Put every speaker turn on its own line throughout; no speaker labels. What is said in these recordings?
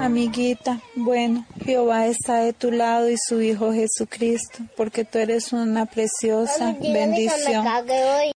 Amiguita, bueno, Jehová está de tu lado y su Hijo Jesucristo, porque tú eres una preciosa
Vamos, dígale que me
bendición.
cague hoy.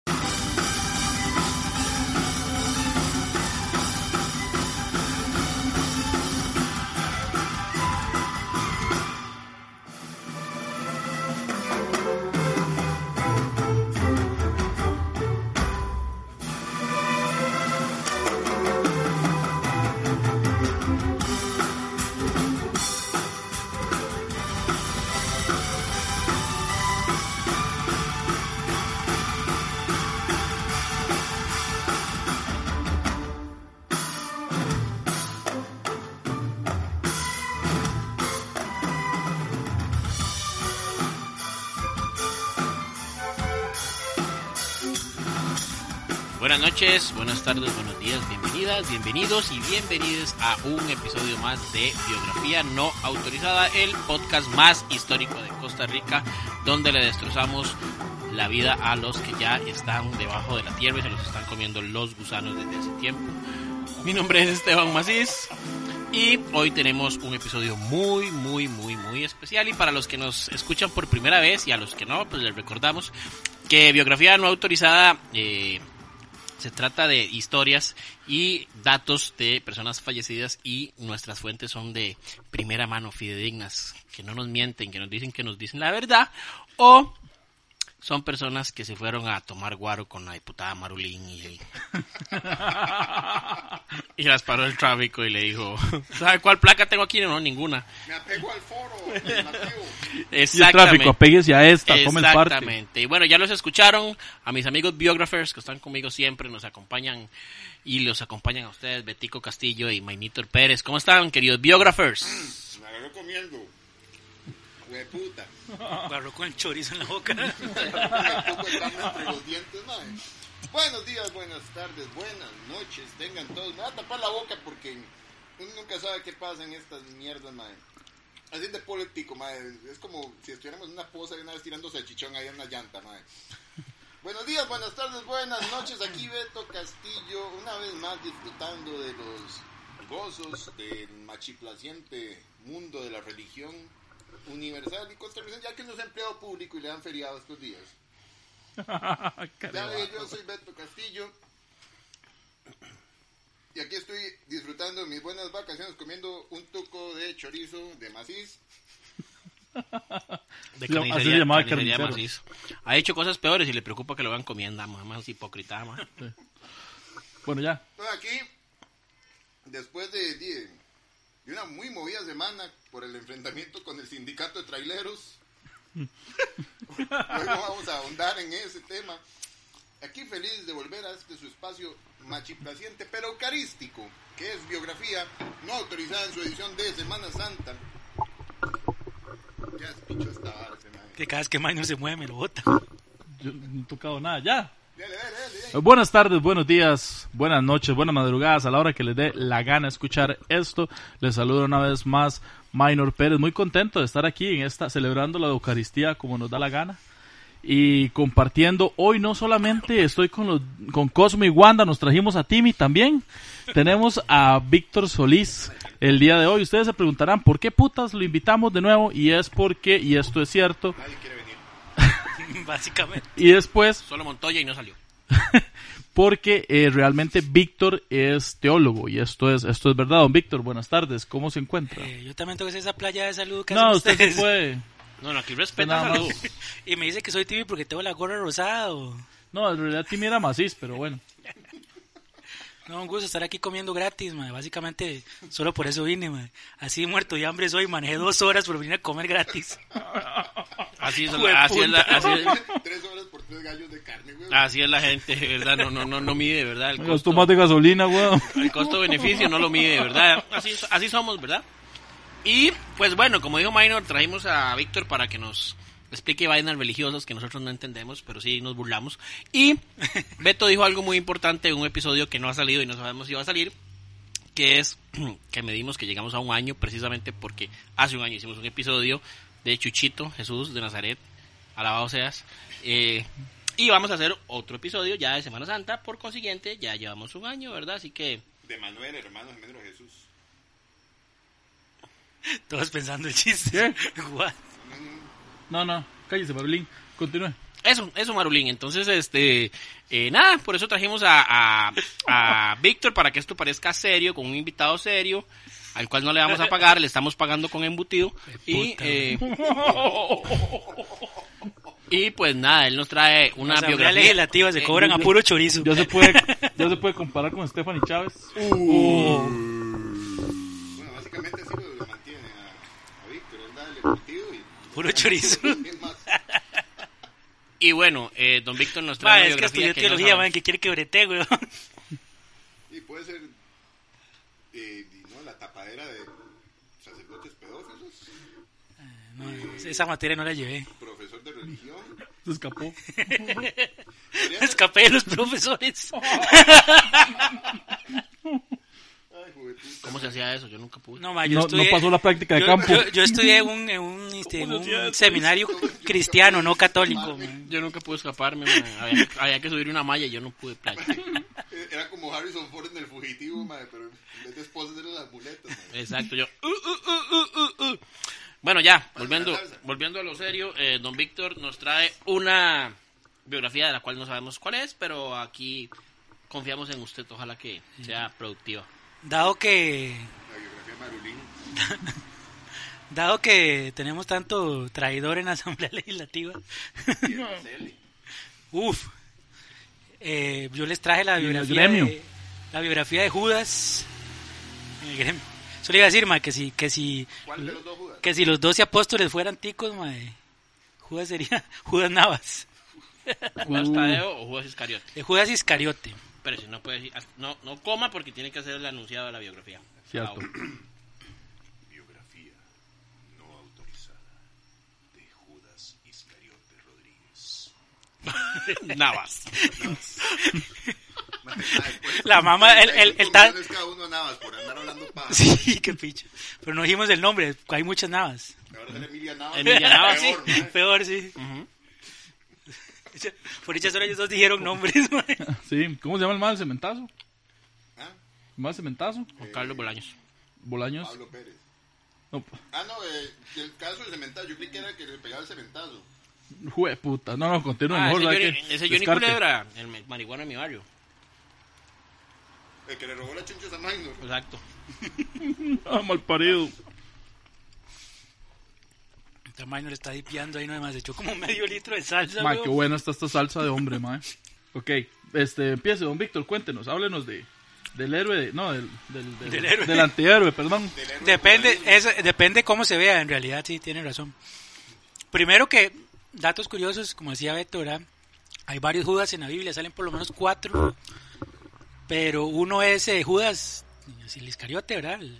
Buenas noches, buenas tardes, buenos días, bienvenidas, bienvenidos y bienvenidas a un episodio más de Biografía No Autorizada, el podcast más histórico de Costa Rica, donde le destrozamos la vida a los que ya están debajo de la tierra y se los están comiendo los gusanos desde hace tiempo. Mi nombre es Esteban Macís y hoy tenemos un episodio muy, muy, muy, muy especial. Y para los que nos escuchan por primera vez y a los que no, pues les recordamos que Biografía No Autorizada... eh, se trata de historias y datos de personas fallecidas y nuestras fuentes son de primera mano, fidedignas, que no nos mienten, que nos dicen que nos dicen la verdad o son personas que se fueron a tomar guaro con la diputada Marulín y, y las paró el tráfico y le dijo, ¿sabe cuál placa tengo aquí? No, ninguna.
Me apego al foro, Mateo.
Y el
Exactamente.
tráfico, apéguese a esta, tome el parte.
Exactamente. Y bueno, ya los escucharon, a mis amigos biographers que están conmigo siempre, nos acompañan y los acompañan a ustedes, Betico Castillo y Maynito Pérez. ¿Cómo están, queridos biographers?
Me agarró comiendo. Hueputa.
Guarro con el chorizo en la boca.
Tampoco están entre los dientes, mae. Buenos días, buenas tardes, buenas noches. Tengan todos. Me voy a tapar la boca porque uno nunca sabe qué pasa en estas mierdas, mae. Así de político, mae. Es como si estuviéramos en una posa y una vez tirando salchichón ahí en una llanta, mae. Buenos días, buenas tardes, buenas noches. Aquí Beto Castillo, una vez más disfrutando de los gozos del machiplaciente mundo de la religión universal y costarricense, ya que no es empleado público y le dan feriado estos días. Ya ve, yo soy Beto Castillo. Y aquí estoy disfrutando mis buenas vacaciones comiendo un tuco de chorizo de maciz.
De
Sí, así se llamaba el
carnicería macizo.
carnicero.
Ha hecho cosas peores y le preocupa que lo van comiendo, más, más hipócrita, ma.
Bueno, ya.
Estoy aquí después de, de- de una muy movida semana por el enfrentamiento con el sindicato de traileros. Luego vamos a ahondar en ese tema. Aquí feliz de volver a este su espacio machiplaciente pero eucarístico, que es biografía no autorizada en su edición de Semana Santa. Ya es picho esta vara, ese mae.
Que cada vez que Minor se mueve me lo bota.
Yo no he tocado nada, ya.
Dele, dele, dele,
Eh,
dele.
Buenas tardes, buenos días, buenas noches, buenas madrugadas, a la hora que les dé la gana escuchar esto. Les saludo una vez más Minor Pérez, muy contento de estar aquí en esta celebrando la Eucaristía como nos da la gana y compartiendo. Hoy no solamente estoy con los con Cosmo y Wanda, nos trajimos a Timmy también. Tenemos a Víctor Solís el día de hoy. Ustedes se preguntarán por qué putas lo invitamos de nuevo y es porque y esto es cierto.
Nadie quiere venir.
Básicamente.
Y después
Solo Montoya y no salió.
porque eh, realmente Víctor es teólogo y esto es esto es verdad. Don Víctor, buenas tardes, ¿cómo se encuentra?
Eh, yo también tengo que hacer esa playa de salud que
No,
hacen
usted se
ustedes.
fue.
No, no, aquí respeta
Nada
la
más.
salud.
Y me dice que soy TV porque tengo la gorra rosado.
No, en realidad Timmy era maciz, pero bueno.
No, un gusto estar aquí comiendo gratis, man. Básicamente, solo por eso vine, man. Así muerto de hambre soy, manejé dos horas por venir a comer gratis.
Así es,
Hijueputa.
la, así, es la, así, es, Ah.
Tres horas por tres gallos de carne, güey.
así es la gente, ¿verdad? No, no, no, no mide, ¿verdad? El
Me
costo,
gastó más de gasolina, weón.
El costo-beneficio no lo mide, ¿verdad? Así, así somos, ¿verdad? Y, pues bueno, como dijo Minor, trajimos a Víctor para que nos explique vainas religiosas que nosotros no entendemos, pero sí nos burlamos. Y Beto dijo algo muy importante en un episodio que no ha salido y no sabemos si va a salir, que es que medimos que llegamos a un año precisamente porque hace un año hicimos un episodio de Chuchito, Jesús de Nazaret, alabado seas. Eh, y vamos a hacer otro episodio ya de Semana Santa, por consiguiente ya llevamos un año, ¿verdad? Así que...
De Manuel, hermano gemelo de Jesús.
Todos pensando el chiste. What?
No, no, cállese, Marulín. Continúe.
Eso, eso, Marulín. Entonces, este, eh, nada, por eso trajimos a, a, a Víctor para que esto parezca serio, con un invitado serio, al cual no le vamos a pagar, le estamos pagando con embutido. Y,
puta,
eh, y pues nada, él nos trae una
Las asambleas
biografía.
legislativas se
Eh,
cobran a
yo-
puro chorizo.
Ya se puede, ya se puede comparar con Stephanie Chávez.
Bueno, básicamente así lo, lo mantiene a, a Víctor, él da el ejecutivo y...
Puro chorizo.
¿Qué más?
Y bueno, eh, don Víctor nos trae
Ma,
una
es que
biografía que
estudió
no
teología,
sabemos.
man, que quiere que brete, weón.
Y puede ser, eh, y no, la tapadera de sacerdotes pedófilos,
No, esa materia no la llevé.
profesor de religión.
Se escapó.
Podría ser-
Escapé de los profesores.
Ay, juguetita.
¿Cómo se hacía eso? Yo nunca pude.
No, ma, yo
No,
estudié...
no pasó la práctica de
yo,
campo.
Yo, yo estudié en un, en un, este, en un
Dios.
seminario cristiano, no católico, man.
Yo nunca pude escaparme, man. Había, había que subir una malla y yo no pude playa.
Eh, Era como Harrison Ford en el fugitivo, madre, pero en vez de esposas eran las muletas, madre.
Exacto, yo. "Uh, uh, uh, uh, uh, uh". Bueno, ya, volviendo, volviendo a lo serio, eh, don Víctor nos trae una biografía de la cual no sabemos cuál es, pero aquí confiamos en usted, ojalá que sea productiva.
Dado que,
La biografía de Marulín.
dado que tenemos tanto traidor en la Asamblea Legislativa,
y era Celi.
Uf. Eh, yo les traje la
Y en el
biografía, de,
gremio.
la biografía de Judas. En el gremio. Eso le iba a decir, ma, que si, que si,
¿Cuál de los dos Judas?
que si los doce apóstoles fueran ticos, ma, eh, Judas sería Judas Navas.
¿Judas
Uh,
Tadeo o Judas Iscariote?
Eh, Judas Iscariote.
Pero si no puede decir- no, no coma porque tiene que hacer el anunciado de la biografía.
Cierto.
Ah,
Biografía no autorizada de Judas Iscariote Rodríguez.
bueno. Navas.
Madre, madre, pues,
La mamá, el- el- el tal-
35 millones cada uno a Navas por andar hablando paja.
Sí, qué picho. Pero no dijimos el nombre, hay muchas Navas.
Ahora sale Emilia Navas.
Emilia Navas,
Peor,
sí.
madre.
Peor, sí. Por dicha solo ellos dos dijeron nombres, ma.
Sí, ¿cómo se llama el mal cementazo?
¿Ah?
¿El mal cementazo?
Juan Carlos Bolaños.
Bolaños.
Pablo Pérez.
No,
Ah, no, eh, el caso del cementazo. Yo creí que era el que le pegaba el cementazo.
jue puta. No, no, continúe.
Ah,
mejor,
ese
¿verdad
Johnny-
que
ese Johnny
descarte?
Culebra, el me- marihuana en mi barrio.
El que le robó la chuncha a Magnus.
Exacto.
Ah, mal parido.
Tamaño le está dipiando ahí nomás, echó como medio litro de salsa.
Ma,
weón.
qué buena está esta salsa de hombre, ma. Ok, este, empiece, don Víctor, cuéntenos, háblenos de, del héroe, de- no, del, del, del,
Del héroe.
del antihéroe, perdón.
Del héroe
Depende,
judaísmo.
eso, depende cómo se vea, en realidad sí, tiene razón. Primero que, datos curiosos, como decía Beto, ¿verdad? hay varios Judas en la Biblia, salen por lo menos cuatro, pero uno es eh, Judas, es el Iscariote, ¿verdad? El-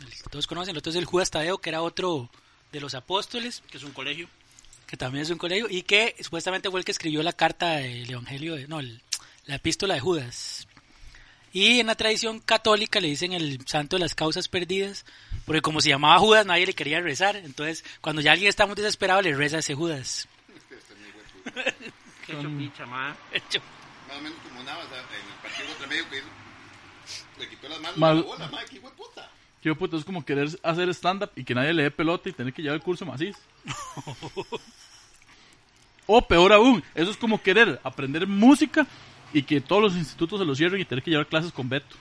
el que todos conocen, el otro es el Judas Tadeo, que era otro de los apóstoles,
Que es un colegio.
que también es un colegio, y que supuestamente fue el que escribió la carta del Evangelio, de- no, el- la epístola de Judas. Y en la tradición católica le dicen el santo de las causas perdidas, porque como se llamaba Judas nadie le quería rezar, entonces cuando ya alguien está muy desesperado le reza a ese Judas.
este,
Que chupicha, ma.
pues. Más o menos como Navas ah, en el partido contra México que hizo. Le quitó las manos
Mal-
a la bola, madre. Qué hueputa.
Yo, puta, es como querer hacer stand-up y que nadie le dé pelota y tener que llevar el curso maciz. o peor aún, eso es como querer aprender música y que todos los institutos se lo cierren y tener que llevar clases con Beto.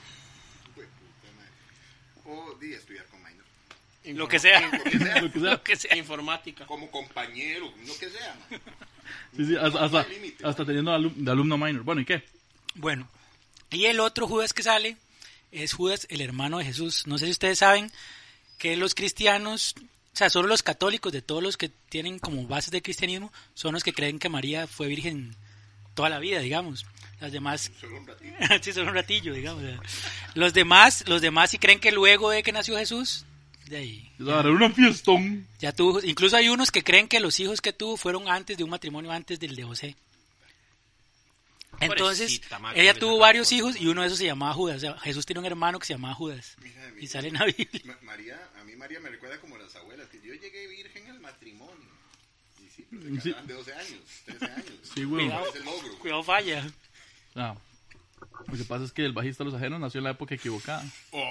Hueputa, madre. O Oh, di estudiar con Magnus.
Lo que sea.
Lo que sea.
Lo que sea.
Informática.
como compañero, lo que sea, madre.
Sí, sí, hasta, hasta, hasta teniendo alum- de alumno minor. Bueno, ¿y qué?
Bueno, y el otro Judas que sale es Judas, el hermano de Jesús. No sé si ustedes saben que los cristianos, o sea, solo los católicos, de todos los que tienen como bases de cristianismo, son los que creen que María fue virgen toda la vida, digamos. Las demás
Solo un ratito.
sí, son un ratillo, digamos. o sea. Los demás, los demás sí creen que luego de que nació Jesús, de ahí,
Yo daré una fiestón.
ya tuvo, incluso hay unos que creen que los hijos que tuvo fueron antes de un matrimonio antes del de José. Entonces,
Pobrecita, ma,
ella
cómo le
tuvo
sacan
varios
cosas.
hijos y uno de esos se llamaba Judas. O sea, Jesús tiene un hermano que se llamaba Judas.
Mira, mira.
Y sale en la Biblia.
Ma- María, a mí María me recuerda como las abuelas, que yo llegué virgen al matrimonio. Y sí, pero se
Sí.
casaban de 12 años, 13 años.
Sí, güey.
¿Cuál es el logro?
Cuidado, falla.
Ah, Lo que pasa es que el bajista de los ajenos nació en la época equivocada.
No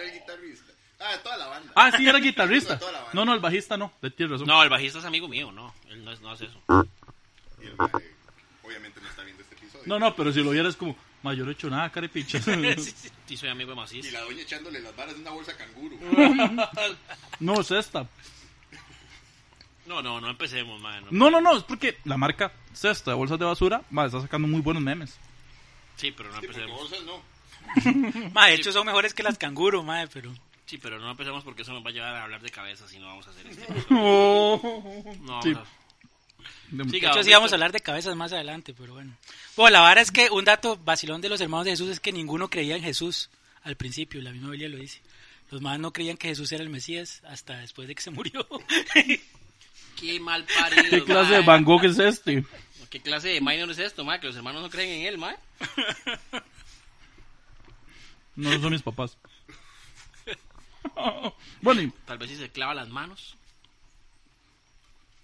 era el guitarrista. Ah, de toda la banda.
Ah, sí, era guitarrista.
De toda la banda.
No, no, el bajista no. De tierra razón.
No, el bajista es amigo mío, no. Él no, es- no hace eso.
Y el mae, obviamente no está viendo este episodio.
No, no, pero si lo vieras como, ma, yo no he hecho nada, carepicha.
Sí, soy amigo de
Y
Macís.
la doña echándole las varas de una bolsa canguro.
no, es esta.
No, no, no empecemos, man.
No, no, no, es porque la marca Cesta, bolsas de basura, ma, está sacando muy buenos memes.
Sí, pero no
Sí,
pues,
porque
empecemos.
bolsas no.
Ma, de hecho son mejores que las canguro, ma, pero...
Sí, pero no empecemos porque eso nos va a llevar a hablar de cabeza si no vamos a hacer esto. No,
Sí.
vamos a-
De-
Siga,
De hecho, sí
Don
vamos a
Víctor.
hablar de cabezas más adelante, pero bueno. Bueno, la vara es que un dato vacilón de los hermanos de Jesús es que ninguno creía en Jesús al principio, la misma Biblia lo dice. Los más no creían que Jesús era el Mesías hasta después de que se murió.
Qué mal parido.
¿Qué clase de
eh.
Van Gogh es este?
¿Qué clase de minor es esto, man? Que los hermanos no creen en él, man.
No son mis papás. Bueno, y
Tal vez si se clava las manos.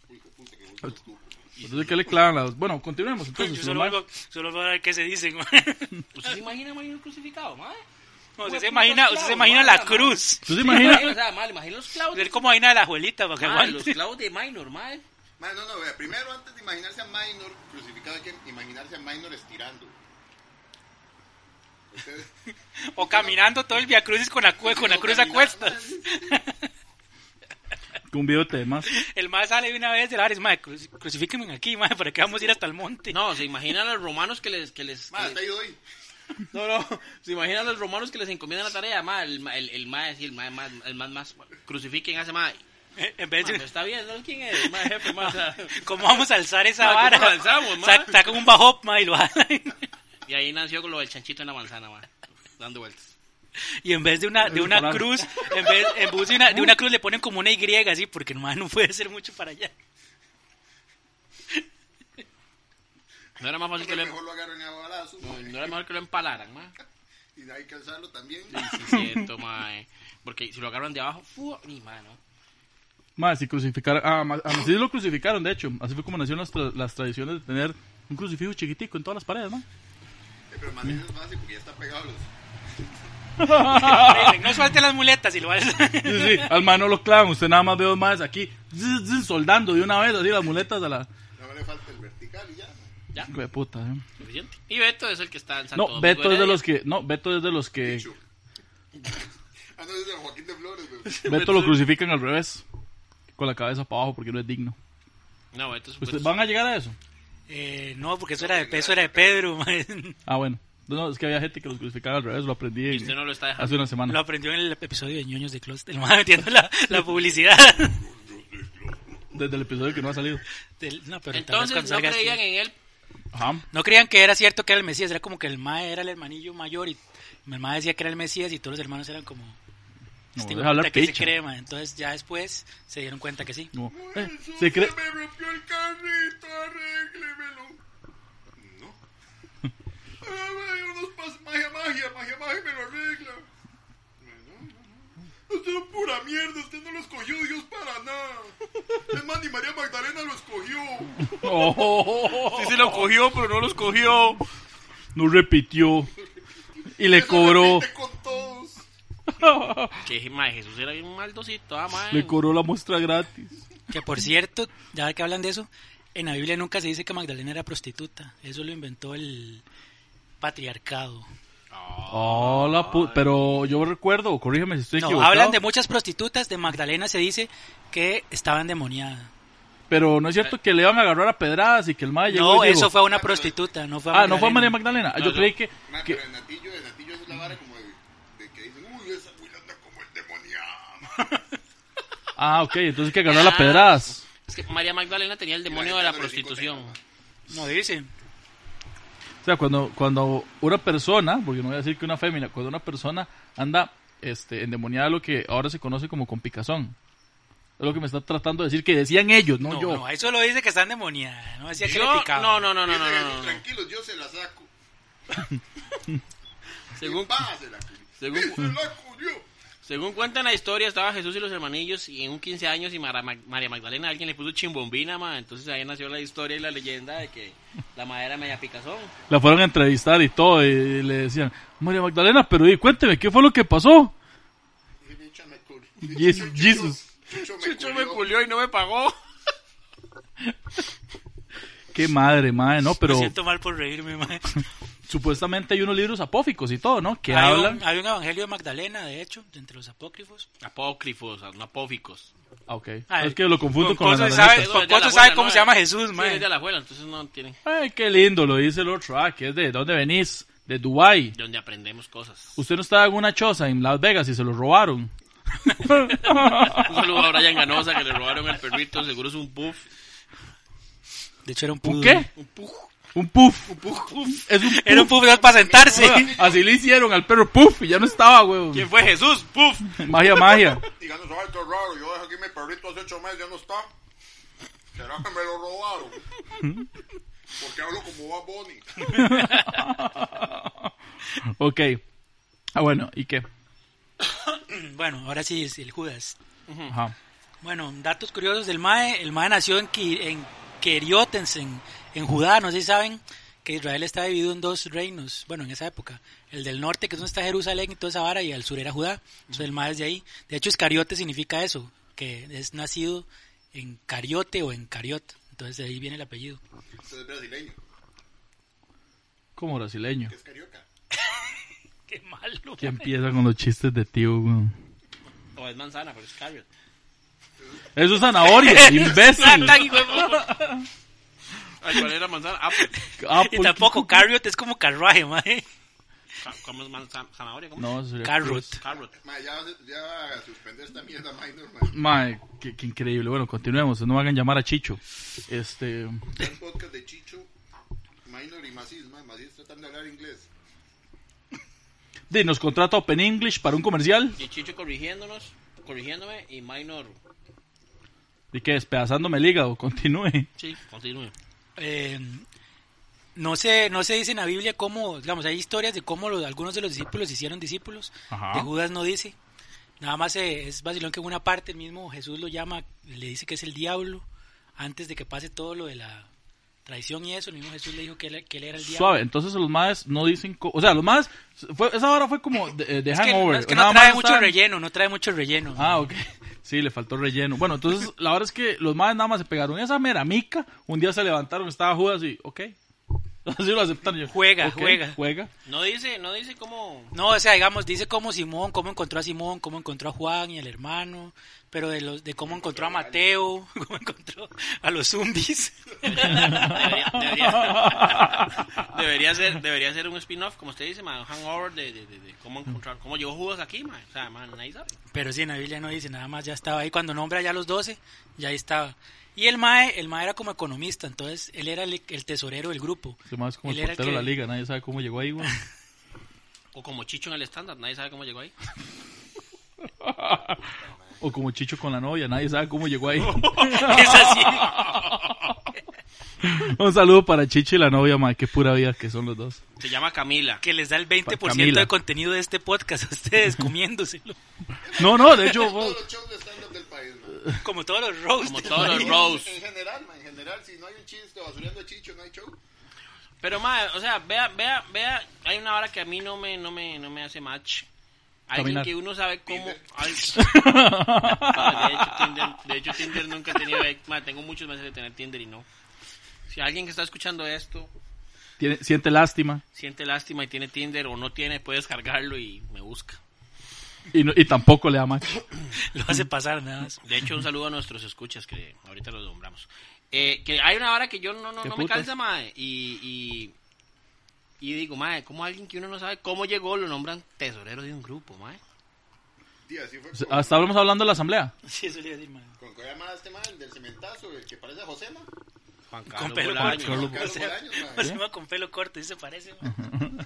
entonces, pues, ¿qué le clavan las.? Bueno, continuemos entonces.
Yo solo,
ma.
oigo- solo voy a ver qué se dicen. ma.
¿Usted se imagina a Marino crucificado, man?
No, usted se imagina, usted se imagina la cruz.
¿Tú te imaginas?
O sea, man, imagina los clavos.
Es como vaina de la abuelita, para que
Ah,
aguante.
los clavos de minor, man.
Mae, no, no, vea, primero antes de imaginarse a Minor crucificado hay que imaginarse a Minor estirando. Ustedes-
O caminando todo el Via Crucis con la, cu- con la
o
cruz a
caminando,
cuestas.
Con un video de temas.
El más sale de una vez de la vara y dice, "Mae, cruci- crucifíquenme aquí, mae, para que vamos a ir hasta el monte.
No, se imagina a los romanos que les... Que les
Mae,
que-
hasta ahí doy.
No, no, se imaginan los romanos que les encomiendan la tarea, ma, el, ma- el, el ma, sí, el ma, ma- el más, más, crucifiquen a ese ma.
Eh, En vez
Ma, pero
de...
está bien, ¿no? ¿Quién es? Ma, jefe, ma, o sea,
¿Cómo vamos a alzar esa
Ma, ¿cómo
vara?
la alzamos, ma?
Sa- Sacan un bajop, ma, y lo jalan.
y ahí nació con lo del chanchito en la manzana, ma, dando vueltas.
Y en vez de una, de una
Volando.
cruz, en vez en vez de, una, de una cruz le ponen como una Y así, porque ma, no puede ser mucho para allá.
No era más fácil que lo,
Mejor lo agarren a balazo.
no, no era mejor que lo empalaran, ma.
Y hay que alzarlo también.
Sí, cierto, ma, eh. porque si lo agarran de abajo, fu, ni ma, ¿no?
Más, si crucificaron. Ah, ma- a Moisés lo crucificaron, de hecho. Así fue como nacieron las, tra- las tradiciones de tener un crucifijo chiquitico en todas las paredes, ¿no?
Eh, Pero más bien es fácil porque ya está pegado a los.
Le dicen, no suelte las muletas y lo alzan.
Sí, sí, al mano lo clavan. Usted nada más ve dos más aquí zzz, zzz, soldando de una vez así las muletas a la.
No le falta el vertical y ya. mae.
Hijo de puta, ¿eh?
Suficiente. Y Beto es el que está en Santo
No,
Domingo
Beto es de
Heredia.
los que. No, Beto es de los que.
Chu. Ah, no, es de Joaquín de Flores, güey.
Beto lo crucifican al revés. Con la cabeza para abajo porque no es digno.
No, Beto es un
¿Ustedes van a llegar a eso?
Eh, no, porque eso era de peso, era de Pedro, ma.
Ah, bueno. No, no, es que había gente que los crucificaba al revés. Lo aprendí en-
usted no lo está dejando.
hace una
Lo
semana.
aprendió en el episodio de Ñoños de Closet, el ma metiendo la, la publicidad.
Desde el episodio que no ha salido.
Del- no, pero tal vez
Entonces
cuando
no
salga así-
creían en él.
Ajá.
No creían que era cierto que era el Mesías, era como que el Mae era el hermanillo mayor y mi mamá decía que era el Mesías y todos los hermanos eran como...
No,
este
deja hablar
puta que se
picha.
cree, mae". Entonces ya después se dieron cuenta que sí.
No. Eh, se cree.
Pues, Me rompió el carrito, arréglemelo. No. Ah, mae, unos pas- magia, magia, magia, magia, me lo arregla. Mae, no, no, no. Usted es pura mierda, usted no lo escogió Dios para nada. Es más, ni María Magdalena lo escogió.
Sí se lo cogió, pero no los cogió. No repitió. Y le cobró.
Repite con todos.
Que ma, Jesús era bien maldosito, ah, ma.
Le cobró la muestra gratis.
Que por cierto, ya que hablan de eso, en la Biblia nunca se dice que Magdalena era prostituta. Eso lo inventó el patriarcado.
Oh, la pu- Pero yo recuerdo, corrígeme si estoy
No,
equivocado.
hablan de muchas prostitutas, de Magdalena se dice que estaba endemoniada.
Pero no es cierto que le iban a agarrar a pedradas y que el mae Ah, llegó.
No,
y dijo,
eso fue a una prostituta, no fue a
Ah, no fue a María Magdalena. Ah,
No,
yo
no.
creí que.
Mae,
que-
pero en Natillo, en Natillo es la vara como de, de que dicen, uy, esa abuela anda como el demoniado.
Ah, ok, entonces que agarrar a
Ah.
pedradas.
Es que María Magdalena tenía el demonio de la
Dándole
prostitución.
discoteca,
No dice.
O sea, cuando, cuando una persona, porque no voy a decir que una fémina, cuando una persona anda este, endemoniada de lo que ahora se conoce como con picazón. Es lo que me está tratando de decir que decían ellos, no,
No,
yo.
no, eh. eso lo dice que está endemoniada. No decía que le
Yo-
picaba.
no, no, no, no, no, no,
Dice Jesús,
no, no.
Tranquilos, yo se la saco.
Según-
Y va, se la culió.
según-
Y se la culió.
Según cuentan la historia, estaba Jesús y los hermanillos y en un 15 años y Mara- Mag- María Magdalena alguien le puso chimbombina, ma. Entonces ahí nació la historia y la leyenda de que la madera media picazón.
La fueron a entrevistar y todo, y, le decían, María Magdalena, pero di, cuénteme, ¿qué fue lo que pasó?
Y me echa, me
Yes- Jesus.
Chucho me
Chucho me
culió.
culió y no me pagó.
Qué madre, madre, no, pero
Me siento mal por reírme, mae.
supuestamente hay unos libros apóficos y todo, ¿no? Que
Hay
hablan.
un, hay un evangelio de Magdalena, de hecho, entre los apócrifos.
Apócrifos, apóficos.
Ah, ok.
Ah,
es que lo confundo con,
Poncoso
la
sabe,
naranjita.
Eso es de
Poncoso
la
sabe
abuela,
cómo
¿no?
se llama Jesús,
Sí,
mae.
es de la abuela, entonces no tienen.
Ay, qué lindo, lo dice el otro. Ah, que es de dónde venís, de Dubai.
Donde aprendemos cosas.
Usted no estaba en una choza en Las Vegas y se lo robaron.
Un saludo a Brian Ganosa que le robaron el perrito, seguro es un puff.
De hecho, era un
¿Un
puff.
qué?
Un puff.
Un puff. Es un
Era un puff de- para sentarse.
Así le hicieron al perro puff y ya no estaba, huevón.
¿Quién fue Jesús? Puff.
Magia, magia.
Digamos, ay, qué raro, yo dejé aquí mi perrito hace ocho meses, ya no está. ¿Será que me lo robaron? Porque hablo como Bob Bunny.
Ok. Ah, bueno, ¿y qué?
Bueno, ahora sí es el Judas.
Ajá.
Bueno, datos curiosos del Mae. El Mae nació en, Qui- en Keriotense, en, en Judá. No sé si saben que Israel está dividido en dos reinos. Bueno, en esa época. El del norte, que es donde está Jerusalén y toda esa vara, y al sur era Judá. Entonces el Mae es de ahí. De hecho, Iscariote significa eso, que es nacido en Cariote o en Cariot. Entonces de ahí viene el apellido.
Usted es brasileño,
Como brasileño.
que es carioca.
Qué malo.
¿Quién empieza con los chistes de tío, huevón?
O es manzana, pero es carrot.
Eso es zanahoria, imbécil.
Tan hijo de puta.
Ay, ¿cuál era manzana? pues, Apple.
Ah,
y
¿por
tampoco Cariot es como carruaje, Mae.
Ca- ¿Cómo es manzana? ¿Zanahoria?
qué?
¿Cómo?
No, sería-
Carrot.
Carrot.
Ma, ya, ya va a suspender esta mierda, Minor, man.
Mae, qué, qué increíble. Bueno, continuemos. No me hagan llamar a Chicho. Este.
El podcast de Chicho, Minor y Macis, ma. Macis tratando de hablar inglés.
Di, nos contrata Open English para un comercial.
Y Chicho corrigiéndonos, corrigiéndome y Minor.
Y que despedazándome el hígado. Continúe.
Sí, continúe.
eh, no se, no se dice en la Biblia cómo, digamos, hay historias de cómo los- algunos de los discípulos hicieron discípulos,
Ajá.
de Judas no dice, nada más eh, es vacilón que en una parte el mismo Jesús lo llama, le dice que es el diablo, antes de que pase todo lo de la traición y eso, el mismo Jesús le dijo que él, que él era el diablo.
Suave. Entonces los maes no dicen. co- O sea, los maes. Fue, esa hora fue como de, de
Es que,
hangover.
no, es que
Nada
no trae
más
mucho
estaban-
relleno, no trae mucho relleno.
Ah, ok. Sí, le faltó relleno. Bueno, entonces la verdad es que los maes nada más se pegaron esa meramica. Un día se levantaron, estaba Judas y. Ok. Así lo aceptaron. Yo,
Juega,
ok,
juega.
Juega.
No dice, no dice cómo.
No, o sea, digamos, dice cómo Simón, cómo encontró a Simón, cómo encontró a Juan y al hermano, pero de los de cómo encontró a Mateo, cómo encontró a los zumbis.
Debería, debería- debería ser, debería ser un spin-off, como usted dice, man, un hangover de, de, de, de cómo encontrar, cómo llegó Judas aquí, man. O sea, man, nadie sabe.
Pero sí, en la Biblia no dice nada más, ya estaba ahí. Cuando nombra ya los doce, ya ahí estaba. Y el Mae, el Mae era como economista, entonces él era el, el tesorero del grupo.
Lo más como el
Él era el
portero de la
que-
liga. Nadie sabe cómo llegó ahí, güey.
O como Chicho en el estándar, nadie sabe cómo llegó ahí.
O como Chicho con la novia. Nadie sabe cómo llegó ahí.
Es así.
Un saludo para Chicho y la novia, mae, qué pura vida que son los dos.
Se llama Camila.
Que les da el 20%
Camila.
de contenido de este podcast a ustedes, comiéndoselo.
No, no, de hecho, vos-
Todos los shows de stand-up del país, ma.
Como todos los roasts.
Como
del
todos los
país.
Rose.
En general, ma, en general, si no hay un chiste basureando a Chicho, no hay show.
Pero, man, o sea, vea, vea, vea, hay una hora que a mí no me, no me, no me hace match. Alguien
Caminar.
que uno sabe cómo...
Tinder.
Ay, Ah, de, hecho, Tinder, de hecho, Tinder nunca he tenido... eh, ma, tengo muchos meses de tener Tinder y no. Si alguien que está escuchando esto
tiene- siente lástima
siente lástima y tiene Tinder o no tiene, puede descargarlo y me busca.
y, no- y tampoco le ama.
Lo hace pasar nada más.
De hecho, un saludo a nuestros escuchas que ahorita los nombramos. Eh, que hay una hora que yo no, no,
Qué
no me
putas.
cansa, mae. Y, y, y digo, mae, ¿cómo alguien que uno no sabe cómo llegó lo nombran tesorero de un grupo, mae?
Tía, así fue. con-
Hasta hablamos hablando de la asamblea.
Sí, eso le iba a decir, mae.
¿Con qué llamada este man? Del cementazo, el que parece a Josema.
Juan
Con
Carlos
pelo
Bolaños.
Carlos
corto.
Carlos
O sea,
Bolaños, mae.
o sea,
¿Eh?
va con pelo corto, y se parece. mae.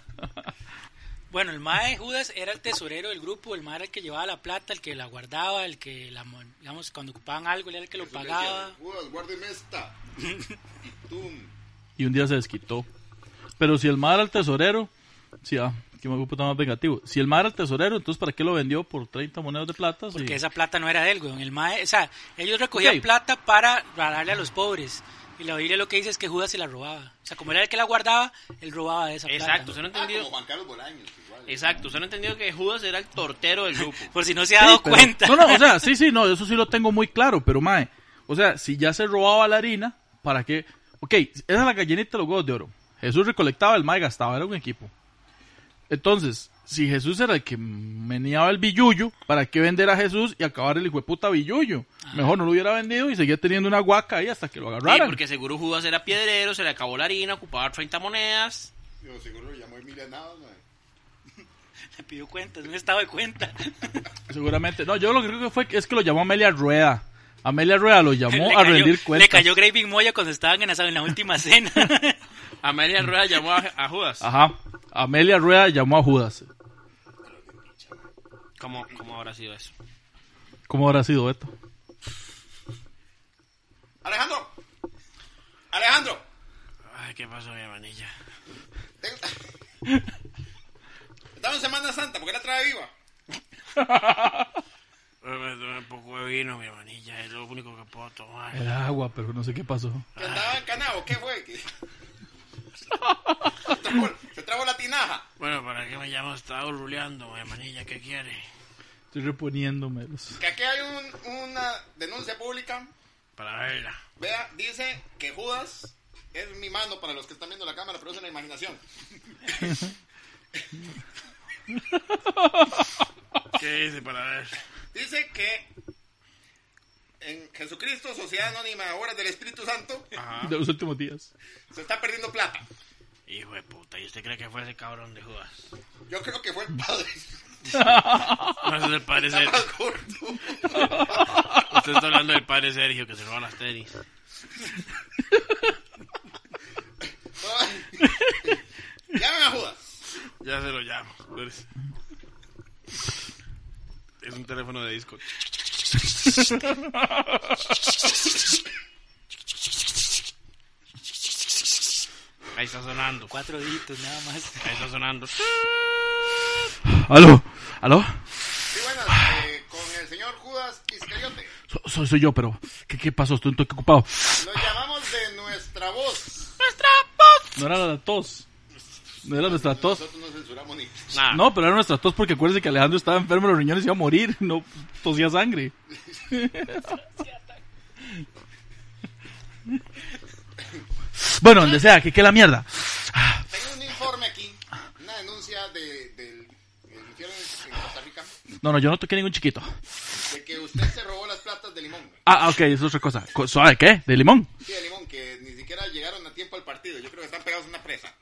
bueno, el Mae Judas era el tesorero del grupo, el Mae era el que llevaba la plata, el que la guardaba, el que la, mon- digamos, cuando ocupaban algo, él era el que lo pagaba.
Judas, guárdeme esta. Y tú.
Y un día se desquitó. Pero si el madre era el tesorero, sí, ah, que me puta más vengativo. Si el madre era el tesorero, entonces ¿para qué lo vendió por 30 monedas de plata? Sí.
Porque esa plata no era de él, weón. El mae, o sea, ellos recogían
Ok.
plata para, para darle a los pobres. Y la Biblia lo que dice es que Judas se la robaba. O sea, como era el que la guardaba, él robaba de esa plata.
Exacto, usted no ha
Ah, como
entendido.
Juan Carlos Bolaños, igual.
Exacto, usted no ha entendido que Judas era el tortero del grupo.
Por si no se ha dado
pero-
cuenta.
No, no, o sea, sí, sí, no, eso sí lo tengo muy claro, pero mae, o sea, si ya se robaba la harina, ¿para qué? Ok, esa es la gallinita de los huevos de oro. Jesús recolectaba, el mae gastaba, era un equipo. Entonces, si Jesús era el que meneaba el billuyo, ¿para qué vender a Jesús y acabar el hijo de puta billuyo?
Ah.
Mejor no lo hubiera vendido y seguía teniendo una guaca ahí hasta que lo
Sí,
agarraran.
porque seguro Judas era piedrero, se le acabó la harina, ocupaba 30 monedas.
Yo seguro lo llamó Emilia Navas, mae.
Le pidió cuentas, no estaba de cuenta.
Seguramente, no, yo lo que creo que fue es que lo llamó Amelia Rueda. Amelia Rueda lo llamó
Le
a
cayó-
rendir cuentas.
Le cayó Graving Moya cuando estaban en, esa- en la última cena.
Amelia Rueda llamó a, a Judas.
Ajá, Amelia Rueda llamó a Judas.
¿Cómo, ¿Cómo habrá sido eso?
¿Cómo habrá sido esto?
Alejandro, Alejandro,
Ay, ¿qué pasó, mi hermanilla?
tengo... Estaba en Semana Santa, ¿por qué la trae viva?
Me tomé un poco de vino, mi hermanilla, es lo único que puedo tomar.
El agua, pero no sé qué pasó.
¿Que andaba en canao? ¿Qué fue? ¿Qué? Se, trajo, se trajo la tinaja.
Bueno, ¿para qué me llamas? Estaba ruleando, mi hermanilla, ¿qué quiere?
Estoy reponiéndome. los-
Que aquí hay un- una denuncia pública.
Para verla.
Vea, dice que Judas es mi mano para los que están viendo la cámara, pero es en la imaginación.
¿Qué dice para ver?
Dice que en Jesucristo, Sociedad Anónima de Obras del Espíritu Santo,
Ajá.
De los últimos días.
se está perdiendo plata.
Hijo de puta, ¿y usted cree que fue ese cabrón de Judas?
Yo creo que fue el padre.
No, eso es el padre
Está
Sergio.
más corto.
Usted está hablando del padre Sergio que se roba las tenis.
Llamen a Judas.
Ya se lo llamo. espérese. Es un teléfono de disco. Ahí está sonando.
Cuatro deditos nada más.
Ahí está sonando.
¿Aló? ¿Aló?
Sí, buenas. eh, con el señor Judas Iscariote.
So- soy, soy yo, pero ¿qué, qué pasó? Estoy un toque ocupado.
Lo llamamos de nuestra voz.
No era la tos. No era nuestra tos.
Nosotros no censuramos ni.
Nada.
No, pero era nuestra tos porque acuérdense que Alejandro estaba enfermo de los riñones y iba a morir. No tosía sangre. bueno, donde sea, que quede la mierda.
Tengo un informe aquí. Una denuncia de, del del infierno en Costa Rica.
No, no, yo no toqué ningún chiquito.
De que usted se robó las platas de limón.
Ah, ah, ok, eso es otra cosa. Co- ¿Suave qué? ¿De limón?
Sí, de limón, que ni siquiera llegaron a tiempo al partido. Yo creo que están pegados a una presa.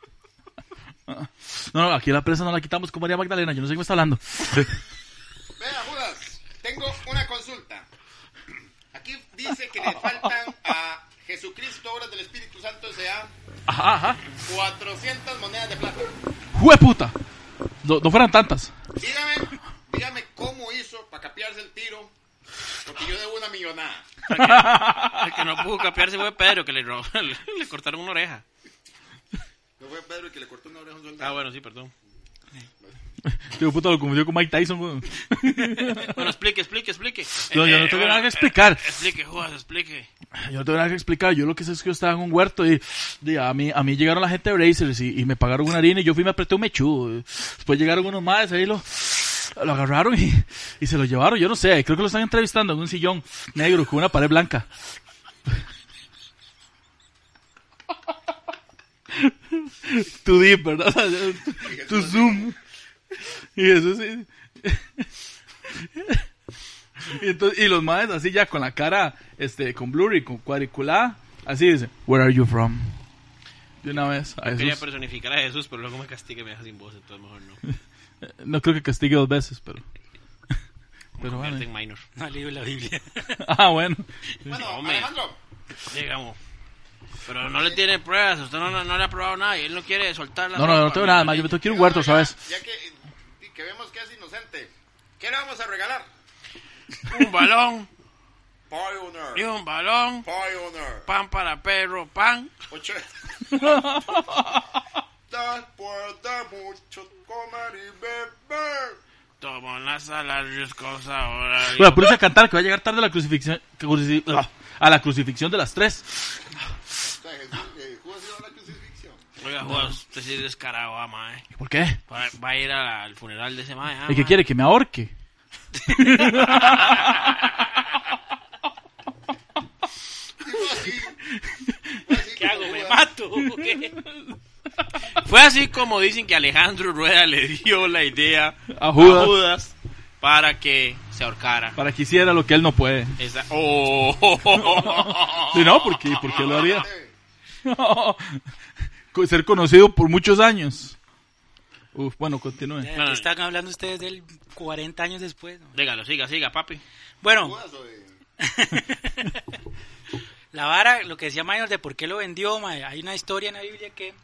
No, no, aquí la presa no la quitamos con María Magdalena. Yo no sé qué me está hablando.
Vea, Judas, tengo una consulta. Aquí dice que le faltan a Jesucristo, obras del Espíritu Santo, S.A.
Ajá, ajá.
400 monedas de plata.
¡Jueputa! No, no fueran tantas.
Dígame, dígame cómo hizo para capearse el tiro, porque yo debo una millonada.
El que no pudo capearse fue Pedro, que le, robó, le, le cortaron una oreja.
Yo fue Pedro el que le cortó una oreja a un
Ah,
soldado.
bueno, sí, perdón.
Tío puta lo confundió con Mike Tyson, weón.
Bueno, explique, explique, explique.
No, yo no tengo nada que explicar.
Explique, Judas, explique.
Yo no tengo nada que explicar. Yo lo que sé es que yo estaba en un huerto y, y a, mí, a mí llegaron la gente de Brazers y, y me pagaron una harina y yo fui y me apreté un mechudo. Después llegaron unos más ahí lo, lo agarraron y, y se lo llevaron. Yo no sé, creo que lo están entrevistando en un sillón negro con una pared blanca. tu deep, ¿verdad? Tu zoom. Y eso sí. Y, entonces- y los madres así ya con la cara, este, con blurry, con cuadriculada, así dice, Where are you from? De una vez. a
Quería
Jesús.
personificar a Jesús, pero luego me castiga y me deja sin voz, entonces mejor no.
Eh, No creo que castigue dos veces, pero. Pero bueno.
Convierte en minor.
No ha leído la Biblia.
Ah, bueno.
Bueno,
No, hombre.
Alejandro,
Digamos. Pero no le tiene pruebas, usted no, no- no le ha probado nada y él no quiere soltar la
No, no,
ropa,
no tengo nada más. Yo me tengo que ir a un huerto,
ya-
¿sabes?
Ya que, y que vemos que es inocente, ¿qué le vamos a regalar?
Un balón, y
Pioneer.
un balón,
Pioneer.
pan para perro, pan.
Ocho. Dar por dar mucho, comer y beber.
Tomo la sala, riscos ahora.
Bueno,
Ah.
por a cantar que va a llegar tarde a la crucifixión. que cruci- ugh, A la crucifixión de las tres.
Oiga, Juan, usted sí es descarado, ah, mae.
¿Por qué?
Va, va a ir a- al funeral de ese mae. ah,
¿Y qué
mae.
quiere? ¿Que me ahorque?
¿Qué hago? ¿Me mato? ¿O qué? Fue así como dicen que Alejandro Rueda le dio la idea
A Judas.
Judas para que se ahorcara.
Para que hiciera lo que él no puede.
Esa- ¡Oh!
Sí, no, ¿por qué? ¿Por qué lo haría?
eh,
Ser conocido por muchos años. Uf, bueno, continúe.
Ya,
Bueno,
están hablando ustedes de él 40 años después. ¿no?
Dígalo, siga, siga, papi.
Bueno,
eh.
la vara, lo que decía Mayor de por qué lo vendió, mae, hay una historia en la Biblia que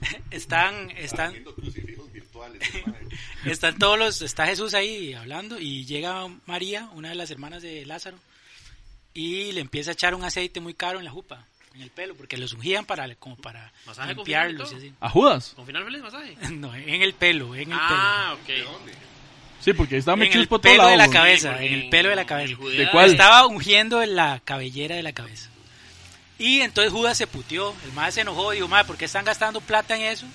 están, están,
Haciendo crucifijos virtuales, el mae.
están todos los, está Jesús ahí hablando y llega María, una de las hermanas de Lázaro, y le empieza a echar un aceite muy caro en la jupa, en el pelo, porque los ungían para, como para
Masaje con
limpiarlos.
vinagre y
y
¿A Judas?
¿Con final feliz masaje?
así. No, en el pelo, en el pelo.
Ah,
¿De
ok.
dónde?
Sí, porque está
En
mechis
el
por todos
pelo de la
lados.
cabeza,
Sí,
en el
en-
pelo de la
en
cabeza.
Judea
¿De cuál?
Ah, Estaba ungiendo en la cabellera de la cabeza. Y entonces Judas se puteó, el más se enojó y dijo, madre, ¿por qué están gastando plata en eso?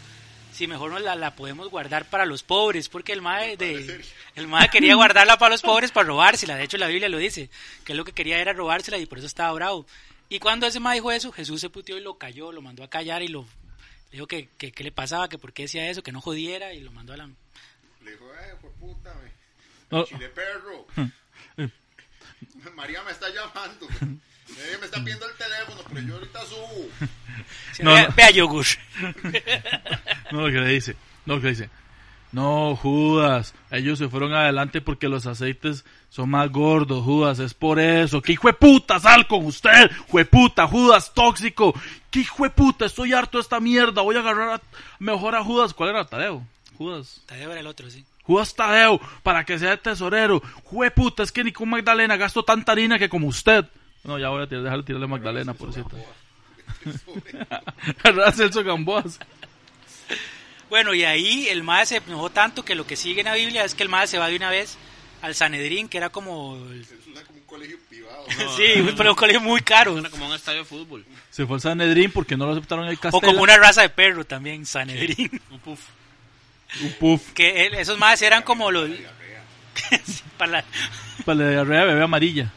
Si mejor nos la, la podemos guardar para los pobres, porque el mae de, el mae quería guardarla para los pobres para robársela, de hecho la Biblia lo dice, que lo que quería era robársela y por eso estaba bravo. Y cuando ese mae dijo eso, Jesús se puteó y lo cayó, lo mandó a callar y lo le dijo que, que, que le pasaba, que por qué decía eso, que no jodiera y lo mandó a la
Le dijo, eh, fue puta, me.
No.
Chile perro.
Hmm.
María me está llamando. María me está pidiendo el teléfono, pero yo ahorita subo.
No,
vea,
no.
vea yogur.
No, lo que le dice. No, lo que le dice. No, Judas. Ellos se fueron adelante porque los aceites son más gordos, Judas. Es por eso. ¡Qué hijo de puta! ¡Sal con usted! ¡Jueputa! ¡Judas tóxico! ¡Qué hijo de puta! Estoy harto de esta mierda. Voy a agarrar a- mejor a Judas. ¿Cuál era Tadeo? Judas.
Tadeo era el otro, sí.
Judas Tadeo, para que sea tesorero. Jueputa, es que ni con Magdalena gasto tanta harina que como usted. No, ya voy a tirar, dejar de tirarle a Magdalena, por cierto. Agarrar a Celso Gamboas.
Bueno, y ahí el MAE se enojó tanto que lo que sigue en la Biblia es que el MAE se va de una vez al Sanedrín, que era como... el-
Es una, como un colegio privado.
sí, pero un colegio muy caro.
Suena como un estadio de fútbol.
Se fue al Sanedrín porque no lo aceptaron en el
O
castelo.
como una raza de perro también, Sanedrín.
Un puff.
Un puff
Que él- esos MAES eran como los... Sí, para
para
la-
la Pues diarrea de bebé amarilla.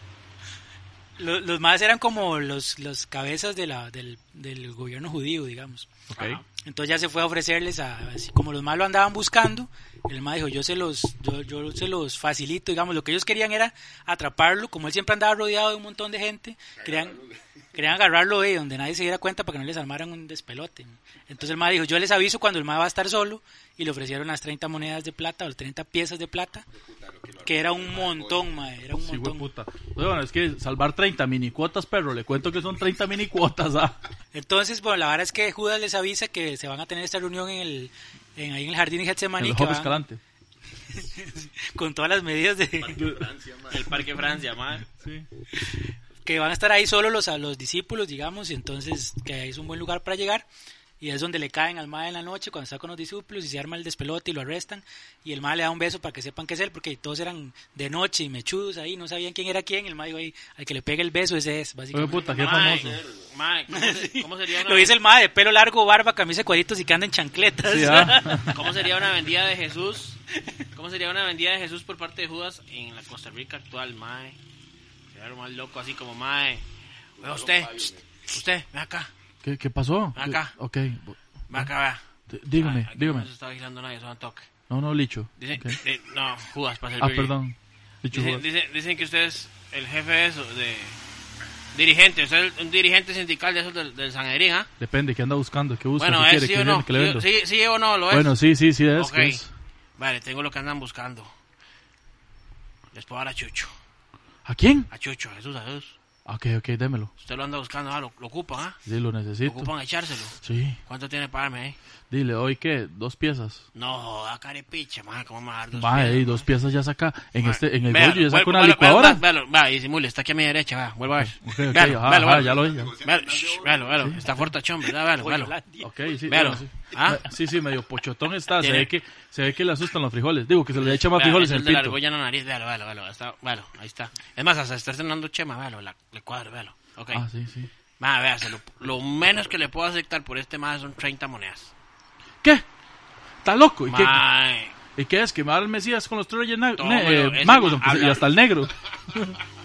lo- los, MAES eran como los, los cabezas de la, del, del gobierno judío, digamos.
Ok.
Entonces ya se fue a ofrecerles, a, así como los más lo andaban buscando, el más dijo, yo se los, yo, yo se los facilito, digamos, lo que ellos querían era atraparlo, como él siempre andaba rodeado de un montón de gente, querían, querían agarrarlo de donde nadie se diera cuenta para que no les armaran un despelote. Entonces el más dijo, yo les aviso cuando el más va a estar solo, y le ofrecieron las 30 monedas de plata, o las 30 piezas de plata, que era un montón, mae, era un
Sí,
montón.
hueputa. Pues bueno, es que salvar 30 minicuotas, perro. Le cuento que son 30 minicuotas. ah.
Entonces, bueno, la verdad es que Judas les avisa que se van a tener esta reunión en el, en, ahí en el jardín de
En
Getsemaní,
el
que
Hop
van-
Escalante.
con todas las medidas de,
Francia, mae.
El Parque Francia, mae.
Sí.
que van a estar ahí solo los, a los discípulos, digamos, y entonces que ahí es un buen lugar para llegar. Y es donde le caen al mae en la noche cuando está con los discípulos y se arma el despelote y lo arrestan. Y el mae le da un beso para que sepan que es él, porque todos eran de noche y mechudos ahí, no sabían quién era quién. El mae dijo ahí, al que le pegue el beso, ese es, básicamente.
Hueputa, qué
Mae,
famoso.
Mae, ¿cómo, se- cómo sería una
Lo dice el mae de pelo largo, barba, camisa de cuadritos y que anda en chancletas.
Sí, ah.
¿Cómo sería una vendida de Jesús? ¿Cómo sería una vendida de Jesús por parte de Judas en la Costa Rica actual, mae? Sería lo más loco, así como, mae. Vea usted, pst, usted, ven acá,
¿Qué, qué pasó?
Acá.
Ok.
ven acá, vea.
D- Dígame,
Ah, aquí
dígame.
No se está vigilando nadie, solo un toque.
No, no, Licho.
Dicen,
Ok.
eh, no, Judas, para
Ah,
servirle.
perdón. Licho
Dicen,
Judas.
dicen- dicen que usted es el jefe de eso, de. Dirigente, usted es un dirigente sindical de esos del, del Sanedrín, ¿ah?
Depende, ¿qué anda buscando? ¿Qué busca?
Bueno,
¿Qué
¿es
quiere?
sí
¿Qué
o no?
vende? ¿Qué le vendo?
Sí, sí o no, lo es.
Bueno, sí, sí, sí es.
Ok.
que es.
Vale, tengo lo que andan buscando. Les puedo dar a Chucho.
¿A quién? Ah,
A Chucho, a Jesús, a Jesús.
Ok, ok, démelo.
Usted lo anda buscando, ah, lo, lo ocupan, ¿ah?
Sí, lo necesito.
Ocupan echárselo.
Sí.
¿Cuánto tiene para darme ahí?
Dile, ¿hoy qué? ¿Dos piezas?
No, joda, carepicha, man, ¿cómo me va a dar dos
Va,
piezas,
ey, dos
man?
piezas ya saca. En,
Man,
este, en el
véalo,
bollo ya saca
vuelva,
una
véalo, véalo,
licuadora.
Véalo, véalo, va, disimule, está aquí a mi derecha, va, vuelva a ver.
Ok, ok,
véalo,
ajá,
véalo,
ajá,
véalo.
ya lo vi. ya.
Véalo, shh, véalo, véalo, está fortachón, ¿verdad? Véalo, véalo.
Ok, sí.
Véalo.
bueno, sí.
¿Ah?
sí, sí, medio pochotón está. Se
Tiene-
ve, que, se ve que le asustan los frijoles. Digo, que se le echa más
Véalo,
frijoles
es
en el
el de la
pito.
argolla en la nariz, véalo, véalo, véalo, está, véalo, ahí está. Es más, hasta está estrenando Chema, véalo, la, le cuadro, véalo. Ok,
Ah, sí, sí.
Ma, véase, lo, lo menos que le puedo aceptar por este más son 30 monedas.
¿Qué? ¿Está loco? ¿Y,
Mae,
qué, ¿Y qué es? ¿Quemar al Mesías con los tres reyes na-
No,
ne-
pero
eh,
ese
magos?
ma-
aunque sea-
habla-
y hasta el negro.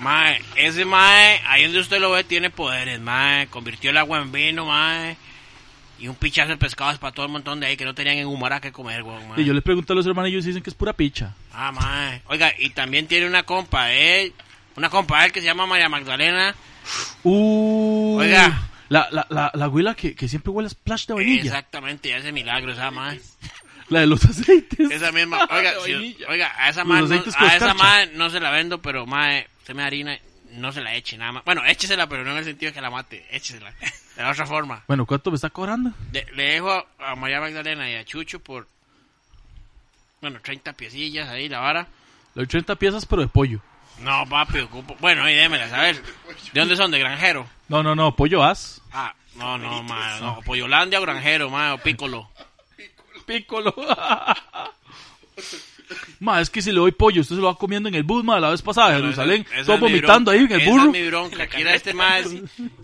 mae, ese mae, ahí donde usted lo ve, tiene poderes, mae. Convirtió el agua en vino, mae. Y un pichazo de pescados para todo el montón de ahí que no tenían en Humara que comer, weón, mae.
Y yo les pregunté a los hermanos y ellos dicen que es pura picha.
Ah, mae. Oiga, y también tiene una compa de él, una compa de él que se llama María Magdalena.
Uh,
Oiga.
La, la, la, la abuela que, que siempre huele a splash de vainilla.
Exactamente, hace milagros, esa mae.
La de los aceites.
Esa misma, oiga,
De
si-
vainilla.
oiga, a esa
Los
mae no,
aceites con
a esa
escarcha.
mae no se la vendo, pero mae, se me harina, no se la eche nada más. Bueno, échesela, pero no en el sentido de que la mate, échesela. De la otra forma.
Bueno, ¿cuánto me está cobrando?
De- le dejo a, a María Magdalena y a Chucho por, bueno, 30 piecillas ahí, la vara.
Le doy 30 piezas, pero de pollo.
No, papi, ocupo. Bueno, ahí démelas, a ver. ¿De dónde son? ¿De granjero?
No, no, no, pollo as.
Ah, no, no, ma, no. Pollolandia o granjero, ma, o pícolo.
Pícolo. ma, es que si le doy pollo, usted se lo va comiendo en el bus, ma, la vez pasada de Jerusalén.
Esa es
Todos
mi
vomitando ahí en
bronca,
el
esa
burro.
es mi bronca. Quiera este ma, es-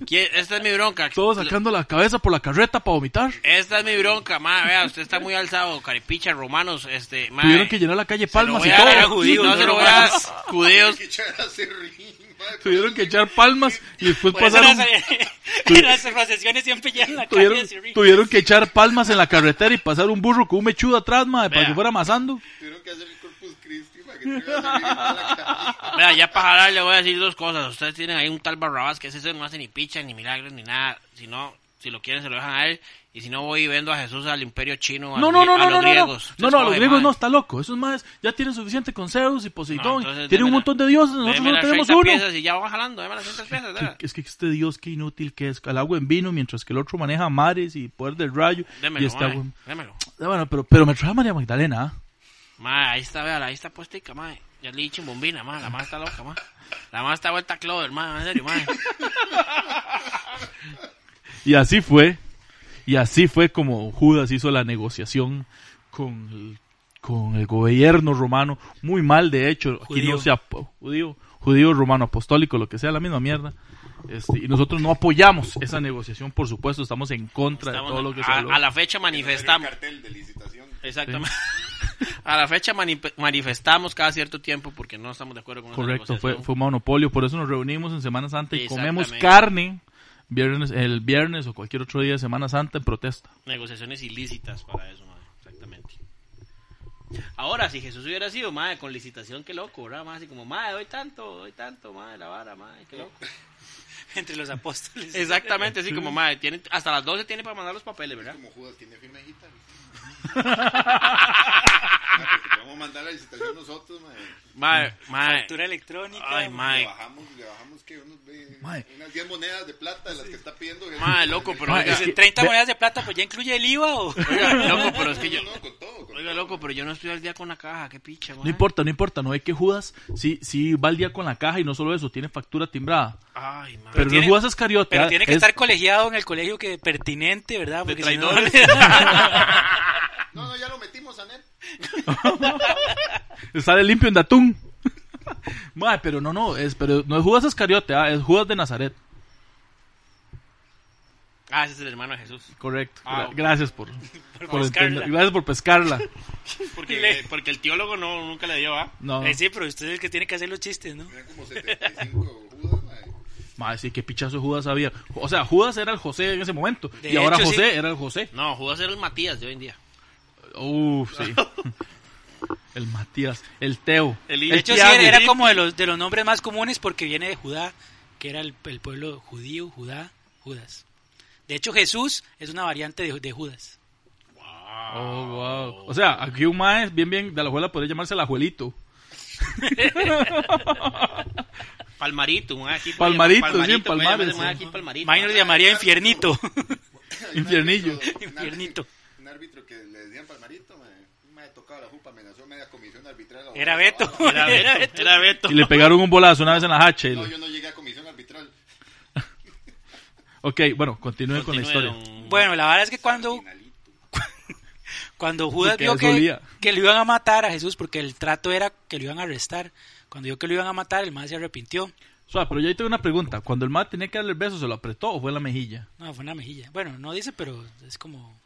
qui- Esta es mi bronca.
Todos sacando la cabeza por la carreta para vomitar.
Esta es mi bronca, ma, vea, usted está muy alzado, caripicha, romanos, este, ma.
Tuvieron que llenar la
se
calle
lo
palmas
voy
y
a dar a
todo.
judíos, no se lo voy a dar a judíos.
Que echar a serrín, mae,
Tuvieron que echar palmas y después
Por eso
pasaron.
las, las procesiones siempre llegan a la calle de
Tuvieron,
Sirri.
tuvieron que echar palmas en la carretera y pasar un burro con un mechudo atrás, ma, para
Vea.
que fuera amasando.
Tuvieron que hacer el Corpus Christi para que te iban a salir a la calle.
Vea, ya para jalar le voy a decir dos cosas. Ustedes tienen ahí un tal Barrabás que ese no hace ni picha, ni milagros, ni nada. Si no, si lo quieren se lo dejan a él. Y si no, voy y vendo a Jesús al imperio chino, a,
No, no,
los,
no,
grie- a
no,
los
no, no, no,
griegos.
no,
Entonces,
no, a los
coge,
griegos
ma.
no, está loco. Esos más ya tienen suficiente con Zeus y Poseidón.
entonces
tienen un
démela-
montón de dioses, nosotros
Deme
no
las
tenemos
30
uno.
piezas y ya van jalando, deme las 30 piezas,
Que-
deme.
Es que este dios qué inútil que es, al agua en vino, mientras que el otro maneja mares y poder del rayo.
Démelo,
y este
mae,
agua...
démelo.
Ah, Bueno, pero, pero me trae a María Magdalena. ¿ah?
Mae, ahí está, vea, ahí está puestica, mae. Ya le he dicho bombina, mae, la mae está loca, mae. La mae está vuelta a Clover, mae, en serio, mae.
Y así fue, y así fue como Judas hizo la negociación con el, con el gobierno romano, muy mal de hecho, aquí
Judío.
no se ap- judío, judío romano apostólico, lo que sea, la misma mierda. Este, y nosotros no apoyamos esa negociación, por supuesto, estamos en contra
Estamos-
de todo lo que se
a,
habló.
a la fecha
Salió
manifestamos.
el cartel de licitación.
Exactamente. A la fecha manip- manifestamos cada cierto tiempo porque no estamos de acuerdo con esa
Correcto, fue,
negociación.
fue un monopolio, por eso nos reunimos en Semana Santa y comemos
Exactamente.
carne viernes, el viernes o cualquier otro día de Semana Santa en protesta.
negociaciones ilícitas para eso, madre. Exactamente. Ahora, si Jesús hubiera sido, madre, con licitación, qué loco, ¿verdad? Madre, así como, madre, doy tanto, doy tanto, madre, la vara, madre, qué loco.
entre los apóstoles.
Exactamente, así como, madre, tienen, hasta las 12 tiene para mandar los papeles, ¿verdad?
Como Judas tiene firma de guitarra. Ah, porque te Vamos a mandar la licitación nosotros, mae.
Madre, madre.
Factura electrónica.
Ay,
Le
madre.
bajamos, le bajamos que unos, ve-
Mae.
unas 10 monedas de plata de las que está pidiendo. Jesús.
Mae, loco, pero
Mae,
oiga,
es que-
30
Ve-
monedas de plata, pues ya incluye el IVA o...
oiga, loco, pero es que yo.
No, no, con todo, con
Oiga,
todo.
loco, pero yo no estoy al día con la caja, qué picha,
No
madre.
importa, no importa, no hay que Judas sí, sí va al día con la caja y no solo eso, tiene factura timbrada.
Ay, madre.
Pero,
tiene-
no Judas Iscariote.
Pero
ah,
tiene que
es-
estar colegiado en el colegio que pertinente, ¿verdad?
De
Porque si no-
traidores.
No, no, ya lo metimos a net.
Sale limpio en Datún. Madre, pero no, no, es, pero no es Judas Iscariote, ah, es Judas de Nazaret.
Ah, ese es el hermano de Jesús.
Correcto.
Ah,
Gra-
ok.
Gracias por, por,
pescarla.
entender- Gracias por pescarla.
Porque, porque el teólogo no, nunca le dio, ¿ah?
No,
Eh, sí, pero usted es el que tiene que hacer los chistes, ¿no?
Eran como 75 Judas, mae.
madre, sí, qué pichazo Judas había. O sea, Judas era el José en ese momento.
De
y ahora
hecho, sí.
José era el José.
No, Judas era el Matías de hoy en día.
Uf, sí. el Matías, el Teo.
El
De hecho, sí,
Tiago.
era, era como de los, de los nombres más comunes porque viene de Judá, que era el, el pueblo judío, Judá, Judas. De hecho, Jesús es una variante de, de Judas.
Ah.
Oh, wow. O sea, aquí un maes bien, bien de la abuela podría llamarse el abuelito.
Palmarito, un aquí.
Palmarito, sí,
puede
Palmares,
llamarse, un
sí.
aquí Palmarito.
Minor le llamaría Infiernito.
Hay un
Infiernillo.
árbitro- un árbitro-
Infiernito.
Un árbitro que le decían palmarito, mae. Un mae tocaba la jupa, amenazó media comisión arbitral.
Era Beto.
Era Beto. Era Beto.
Y le pegaron un bolazo una vez en la hacha. y
No,
le-
yo no llegué a comisión arbitral.
Ok, bueno, continúe con la historia.
Mm.
Bueno, la verdad es que cuando,
Finalito.
cuando Judas
Porque
vio
eso
que,
olía.
que lo iban a matar a Jesús, porque el trato era que lo iban a arrestar, cuando vio que lo iban a matar, el más se arrepintió.
O sea, pero yo ahí tengo una pregunta. Cuando el mae tenía que darle el beso, ¿se lo apretó o fue en la mejilla?
No, fue una mejilla. Bueno, no dice, pero es como.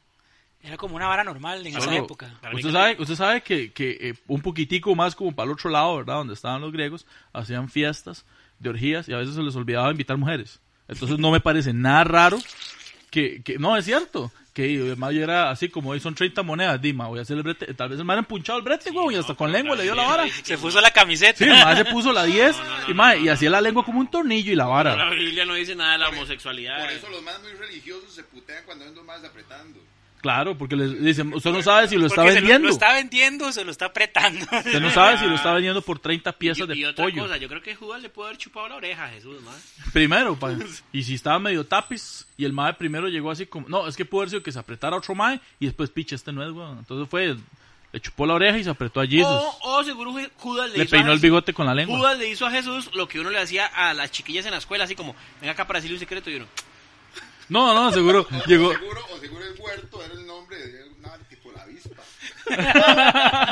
Era como una vara normal en esa
Solo-
época.
Para mí
Usted
que-
sabe, usted sabe que, que, eh, un poquitico más como para el otro lado, ¿verdad? Donde estaban los griegos, hacían fiestas de orgías y a veces se les olvidaba invitar mujeres. Entonces no me parece nada raro que, que no, es cierto, que además yo era así como hoy son 30 monedas, Dima, voy a hacer el brete. Tal vez el man empunchado el brete, güey, y hasta
no,
con
pero
lengua le dio la
también
vara.
lo dice
Se puso la camiseta.
Sí, el man se puso la 10
No, no, no,
y, mae,
no,
y hacía la lengua como un tornillo y la vara.
La Biblia no dice nada de la homosexualidad.
Ah.
Por
eh.
eso los más muy religiosos se putean cuando ven los más apretando.
Claro, porque les dicen, usted no sabe si lo está
Porque se
vendiendo.
Lo, está vendiendo, se lo está apretando.
Usted no sabe si lo está vendiendo por 30
Y-
piezas
y,
de
otra
pollo.
cosa, yo creo que Judas le pudo haber chupado la oreja a Jesús, más.
Primero, pa. y si estaba medio tapiz, y el mae primero llegó así como, no, es que pudo haber sido que se apretara otro mae, y después piche este no es, weón. Entonces fue, le chupó la oreja y se apretó a Jesus.
O, o seguro Je- Judas Oh, le,
le
hizo a
peinó el
Jesús-
bigote con la lengua.
Judas le hizo a Jesús lo que uno le hacía a las chiquillas en la escuela, así como, venga acá para decirle un secreto y uno.
No, no, seguro,
O
llegó,
seguro, o seguro el huerto era el nombre de una tipo la avispa.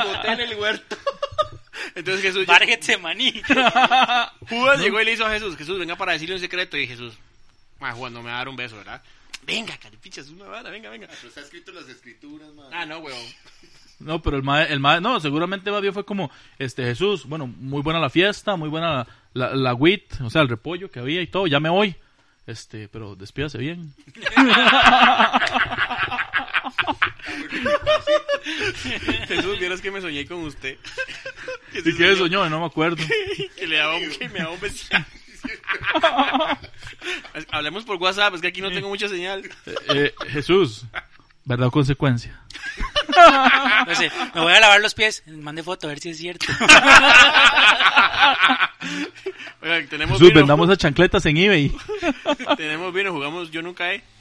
Boté en el huerto. Entonces Jesús
Bárguete, maní.
Judas llegó y le hizo a Jesús, Jesús, venga para decirle un secreto. Y Jesús, ah, Juan, no me va a dar un beso, ¿verdad? Venga, caripicha, es una vara, venga, venga.
Ah, Pero está escrito en las escrituras, man.
Ah, no, huevón.
no, pero el mae, el mae, no, seguramente más bien fue como, este, Jesús, bueno, muy buena la fiesta, muy buena la, la, la wheat, o sea, el repollo que había y todo, ya me voy. Este, pero despídase bien.
Jesús, vieras que me soñé con usted.
Si quieres soñó, no me acuerdo.
que le daba un, que me daba un beso. Es- Hablemos por WhatsApp, es que aquí no tengo mucha señal.
Eh, eh, Jesús, verdad o consecuencia.
No sé, me voy a lavar los pies. Mande foto a ver si es cierto.
Oigan, tenemos
Jesús,
vino,
vendamos a chancletas en eBay.
tenemos vino, jugamos yo nunca ¿eh? he.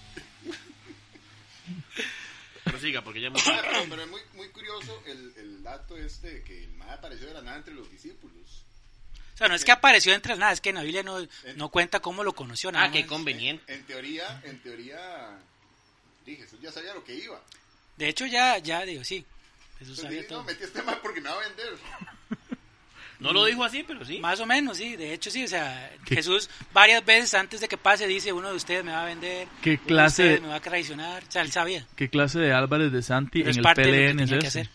Pero siga, porque ya hemos...
Ah, pero, pero es muy, muy curioso el, el dato este de que el más apareció de la nada entre los discípulos.
O sea, no es que apareció entre nada, es que en la Biblia no, no cuenta cómo lo conoció. nada
Ah, qué
más.
conveniente.
En teoría, en teoría, dije, Jesús ya sabía lo que iba.
De hecho, ya, ya digo, sí. Jesús
Entonces
sabía
dije, no,
todo.
metí este mal porque me va a vender.
No lo dijo así, pero sí.
Más o menos, sí. De hecho, sí. O sea,
¿Qué?
Jesús varias veces antes de que pase dice, uno de ustedes me va a vender.
¿Qué
uno de
clase-
ustedes me va a traicionar. O sea, él sabía.
¿Qué clase de Álvarez de Santi
Pero
en
es
el
parte de lo que
PLN es
tenía que
ese?
hacer.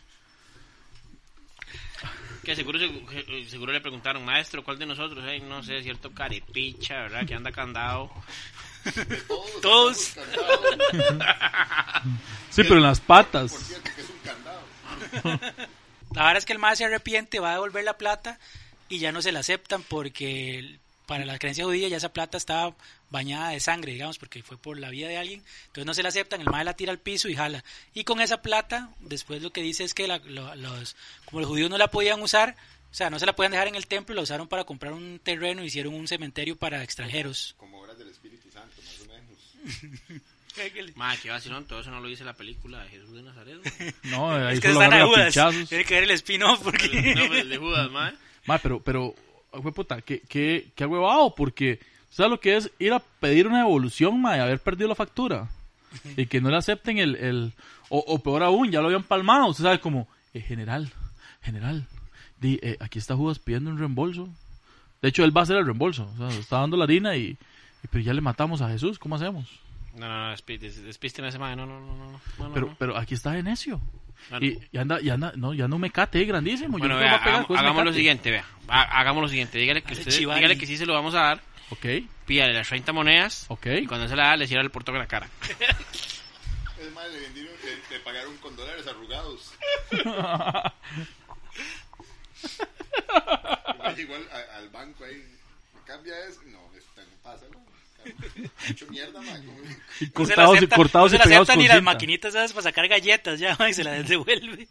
Que seguro, se- seguro le preguntaron, maestro, ¿cuál de nosotros? Ay, no sé, cierto carepicha, ¿verdad? Que anda candado.
Todos.
Todos.
estamos cansados.
Sí, pero en las
Por
patas.
cierto, que es un candado.
La verdad es que el más se arrepiente, va a devolver la plata y ya no se la aceptan porque el- para la creencia judía ya esa plata estaba bañada de sangre, digamos, porque fue por la vida de alguien. Entonces no se la aceptan, el más la tira al piso y jala. Y con esa plata, después lo que dice es que la- lo- los, como los judíos no la podían usar, o sea, no se la podían dejar en el templo, la usaron para comprar un terreno, hicieron un cementerio para extranjeros.
Como obras del Espíritu Santo, más o menos.
Ma, qué vacilón, todo eso no lo dice la película de Jesús de Nazaret. ma.
No, ahí
es Eh. que
solo
están a
agarra
Judas.
pinchazos.
Tiene que ver el spin-off porque...
No,
pues,
pero el de Judas, ma.
Ma, pero, pero, güey, puta, qué, qué, qué ahuevado, porque, ¿sabes lo que es ir a pedir una devolución, ma, y haber perdido la factura? Y que no le acepten el, el o, o peor aún, ya lo habían palmado, usted sabe, como, eh, general, general, di, eh, aquí está Judas pidiendo un reembolso. De hecho, él va a hacer el reembolso, o sea, está dando la harina y, y, pero ya le matamos a Jesús, ¿cómo hacemos?
No, no, no, despi- des- despisten a ese ma. No, no, no, no. no, no,
Pero,
no.
pero aquí está de necio.
Ah, No, no.
Y, y anda, y anda, no, ya no me cate, grandísimo.
Bueno,
yo creo que
vea,
va a pegar
hagam-
pues con ese
hagamos lo
mecate.
siguiente, vea. Ha- Hagamos lo siguiente. Dígale que,
Hace
ustedes-
chivari.
dígale que sí se lo vamos a dar.
Ok,
Pídale las 30 monedas.
ok.
Y cuando se la da, le cierra el portón en la cara.
Es más, le, vendieron, le, le pagaron con dólares arrugados. Igual a- al banco ahí. ¿me Cambia eso. No, está, no pasa. Mucho mierda, man. ¿cómo?
Y
No se la
cortados y
aceptan-
cortados
no
y
se la
pegados
aceptan
con
ni las
cinta.
maquinitas esas para sacar galletas ya y se las devuelve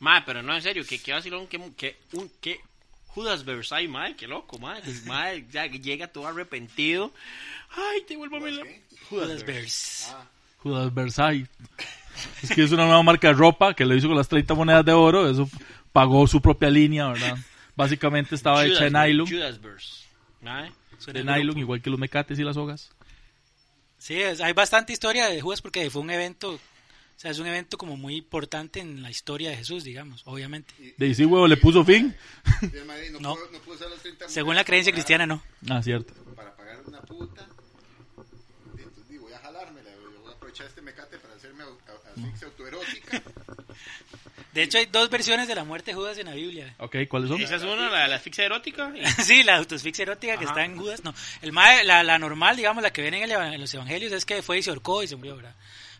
Ma, pero no, en serio, que qué vacilón, que, que, un, que Judas Versailles, ma, qué loco, ma. que, ma, ya llega todo arrepentido. Ay, te vuelvo a mi
qué?
Judas Bears.
Bears.
Judas Versailles. Es que es una nueva marca de ropa que lo hizo con las 30 monedas de oro. Eso pagó su propia línea, ¿verdad? Básicamente estaba hecha de
Bears,
nylon.
Judas Bears. Ma,
De nylon, igual que los mecates y las hogas.
Sí, es- hay bastante historia de Judas porque fue un evento O sea, es un evento como muy importante en la historia de Jesús, digamos, obviamente.
De sí, huevo, le puso fin.
Y el madre, no,
No.
Puedo, no puedo usar las 30
Según la creencia cristiana, no.
Ah, cierto.
para pagar una puta. Entonces digo, voy a jalármela, yo voy a aprovechar este mecate para hacerme au- au- asfixia autoerótica.
De hecho, hay dos versiones de la muerte de Judas en la Biblia.
Ok, ¿cuáles son?
Esa es una, la, la asfixia erótica. y-
sí, la autosfixia erótica que está en Judas, no. El mae- la, la normal, digamos, la que viene en, el eva- en los evangelios es que fue y se ahorcó y se murió, ¿verdad?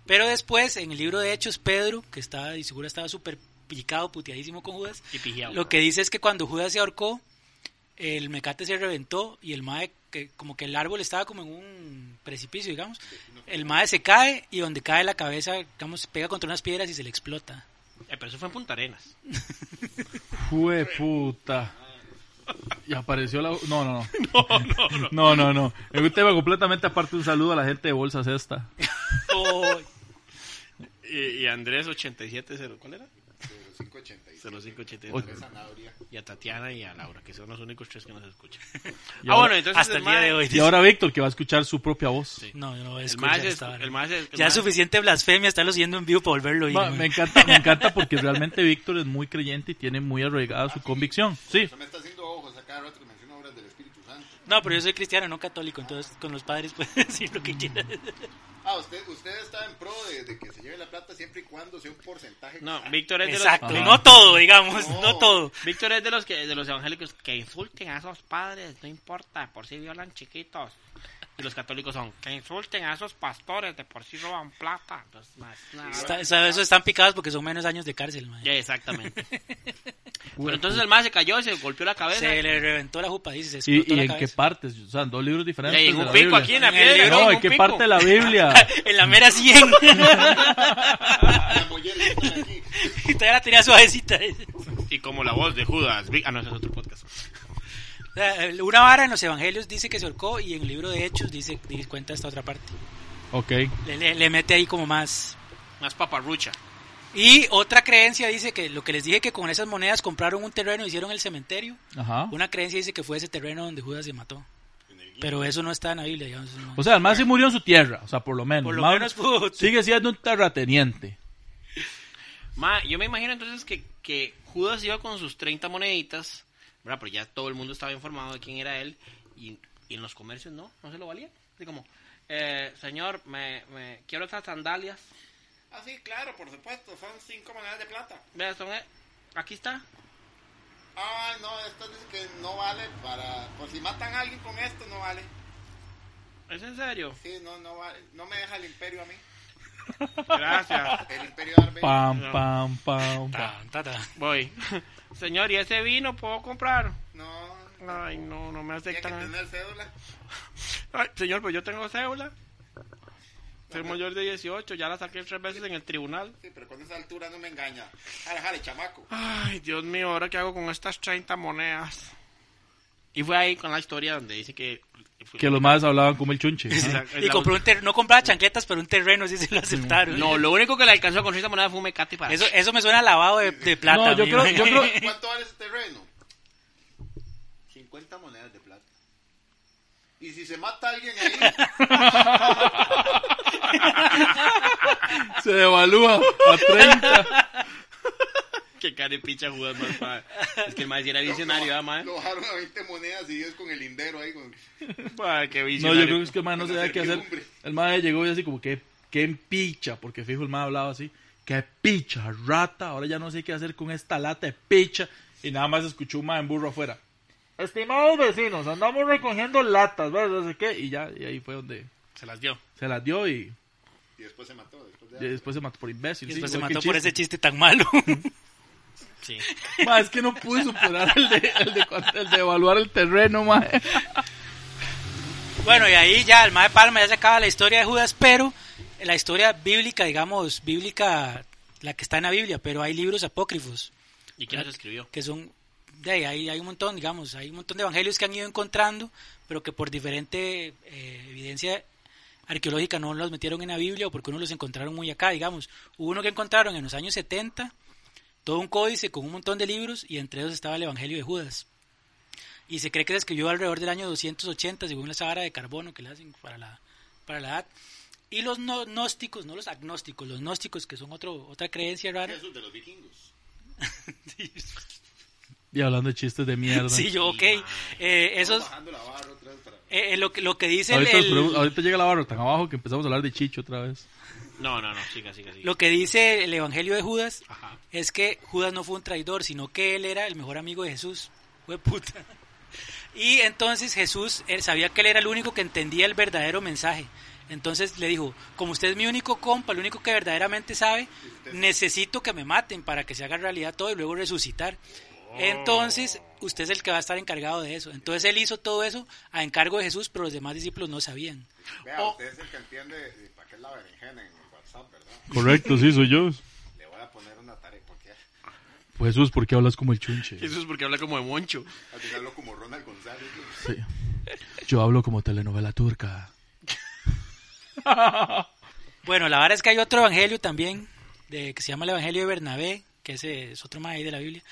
Pero después, en el libro de Hechos, Pedro, que estaba, y seguro estaba súper picado, puteadísimo con Judas,
Y pijiao.
lo que dice es que cuando Judas se ahorcó, el mecate se reventó y el mae, que, como que el árbol estaba como en un precipicio, digamos. El mae se cae y donde cae la cabeza, digamos, pega contra unas piedras y se le explota.
Eh, pero eso fue en Punta Arenas.
Jue puta. Y apareció la... No, no, no. No, no, no. Es un tema completamente aparte. Un saludo a la gente de Bolsas esta.
Oh,
Y, y Andrés 87, cero- ¿cuál era?
586.
0587.
Zanahoria.
Y a Tatiana y a Laura, que son los únicos tres que nos escuchan.
Y
ah,
ahora-
bueno, entonces
hasta el día
mae-
de hoy.
Y ahora Víctor, que va a escuchar su propia voz.
Sí.
No, yo no voy a
El
escuchar
más es-
esta vara.
el más es- el
Ya
más-
es suficiente blasfemia estarlo siguiendo en vivo para volverlo a oír,
Ma,
man.
me encanta, me encanta porque realmente Víctor es muy creyente y tiene muy arraigada su convicción. Sí.
O sea, me está haciendo ojos a cada rato que menciono obras del Espíritu Santo.
No, pero yo soy cristiano, no católico, entonces con los padres puedes decir lo que
Mm.
quieras.
Ah, usted, usted está en pro de, de que se lleve la plata siempre y cuando sea un porcentaje.
No, Víctor es, de
Exacto,
Ajá.
los,
no todo, digamos, no,
No.
todo.
Víctor es de los que de los evangélicos que insulten a esos padres, no importa, por si violan chiquitos. Y los católicos son que insulten a esos pastores, de por si roban plata. Entonces, más, nada.
Está- está- eso están picados porque son menos años de cárcel, man.
Ya, exactamente. Pero entonces el más se cayó, se golpeó la cabeza.
Se le reventó la jupa, dice, se explotó
¿Y, y
la
en qué
cabeza.
partes? O sea, en dos libros diferentes.
Le llegó
de
un
la
pico
Biblia.
aquí en la
En el
piedra.
libro.
le
No,
llegó
¿en
un
qué
pico.
parte de la Biblia?
en la mera 100.
La mollera que están aquí.
y todavía la tenía suavecita.
Y como la voz de Judas. Vic- Ah, no, ese es otro podcast.
O sea, Una vara en los evangelios dice que se ahorcó y en el libro de Hechos dice, dice- cuenta esta otra parte.
Ok.
Le- le- le mete ahí como más,
Más paparrucha.
Y otra creencia dice que lo que les dije que con esas monedas compraron un terreno y hicieron el cementerio.
Ajá.
Una creencia dice que fue ese terreno donde Judas se mató. Pero eso no está en la Biblia, digamos. eso no.
O sea, el más se murió en su tierra. O sea, por lo menos.
Por lo
Ma-
menos pudo-
Sigue siendo un terrateniente.
Ma, yo me imagino entonces que, que Judas iba con sus 30 moneditas, ¿verdad? Pero ya todo el mundo estaba informado de quién era él y, y en los comercios no, no se lo valía. Así como, eh, señor, me, me quiero estas sandalias.
Ah, sí, claro, por supuesto, son cinco monedas de plata.
Vea, son, eh, aquí está.
Ah, no, esto dice que no vale para... Por si matan a alguien con esto, no vale.
Es en serio.
Sí, no, no vale. No me deja el imperio a mí.
Gracias.
El imperio de Arberio.
Pam,
No.
pam, pam. pam.
Ah, Ta, ta, ta.
Voy. Señor, ¿y ese vino puedo comprar?
No,
Ay, no, no me
tiene que
aceptan.
tener cédula.
Ay, señor, pues yo tengo cédula. Soy mayor de 18, ya la saqué tres veces en el tribunal.
Sí, pero con esa altura no me engaña. Jale, jale, chamaco.
Ah. Ay, Dios mío, ¿ahora qué hago con estas 30 monedas? Y fue ahí con la historia donde dice que...
Que los más hablaban como el chunche.
Sí, la-
Y
la-
compró un ter- no compraba chancletas, pero un terreno sí se lo aceptaron.
No, lo único que le alcanzó a conseguir esta moneda fue un mecate para...
Eso, eso me suena a lavado de, de plata.
No, yo
me
creo- yo
imagino.
creo-
¿Cuánto vale ese terreno? 50 monedas de plata. Y si se mata alguien ahí,
Se devalúa a 30.
Que carepicha jugas más pa- Es que el maestro era visionario, ¿ah, mae?
lo bajaron a 20 monedas y 10 con el lindero ahí. Con...
Ay, qué
No, yo
visionario.
creo que es que el man no
Con la
sabía qué hacer.
servidumbre.
El man llegó y así como que, que picha, porque fijo el man hablaba así, que picha, rata, ahora ya no sé qué hacer con esta lata de picha. Y nada más escuchó un man en burro afuera. Estimados vecinos, andamos recogiendo latas, ¿ves? No sé qué. Y ya, y ahí fue donde
Se las dio.
se las dio y,
Y después se mató. Después
y
de...
después se mató por imbécil.
Y
sí,
después Pues se
igual que
mató
el
por ese
chiste.
chiste tan malo.
Sí.
Ma, es que no pude superar el de, el de, el de evaluar el terreno, ma.
Bueno, y ahí ya el Mae Palma ya se acaba la historia de Judas, pero la historia bíblica, digamos, bíblica, la que está en la Biblia, pero hay libros apócrifos.
¿Y quién los escribió?
que son de ahí, hay, hay un montón, digamos, hay un montón de evangelios que han ido encontrando, pero que por diferente eh, evidencia arqueológica no los metieron en la Biblia o porque uno los encontraron muy acá, digamos. Hubo uno que encontraron en los años 70, todo un códice con un montón de libros y entre ellos estaba el Evangelio de Judas. Y se cree que se escribió alrededor del año 280, según la vara de carbono que le hacen para la, para la edad. Y los no- gnósticos, no los agnósticos, los gnósticos, que son otro, otra creencia rara.
Eso es de los vikingos.
Y hablando de chistes de mierda.
Sí, yo, ok.
Sí,
Eh, esos,
Bajando la barra otra vez para...
eh, eh, lo, que- lo que dice el-
ahorita, nos
el-
ponemos- ahorita llega la barra tan abajo que empezamos a hablar de Chicho otra vez.
No, no, no, siga, siga, siga.
lo que dice el Evangelio de Judas
Ajá.
es que Judas no fue un traidor, sino que él era el mejor amigo de Jesús. Fue puta. Y entonces Jesús él sabía que él era el único que entendía el verdadero mensaje. Entonces le dijo, como usted es mi único compa, el único que verdaderamente sabe, necesito que me maten para que se haga realidad todo y luego resucitar. Entonces usted es el que va a estar encargado de eso. Entonces él hizo todo eso a encargo de Jesús, pero los demás discípulos no sabían.
Vea,
Oh.
usted es el que entiende de para qué es la berenjena en el WhatsApp, ¿verdad?
Correcto, sí, soy yo.
Le voy a poner una tarea porque
Pues Jesús, ¿por qué hablas como el chunche?
Eso es porque habla como de moncho.
al final como Ronald González. ¿no?
Sí. Yo hablo como telenovela turca.
Bueno, la verdad es que hay otro evangelio también, de, que se llama el Evangelio de Bernabé, que ese es otro más ahí de la Biblia,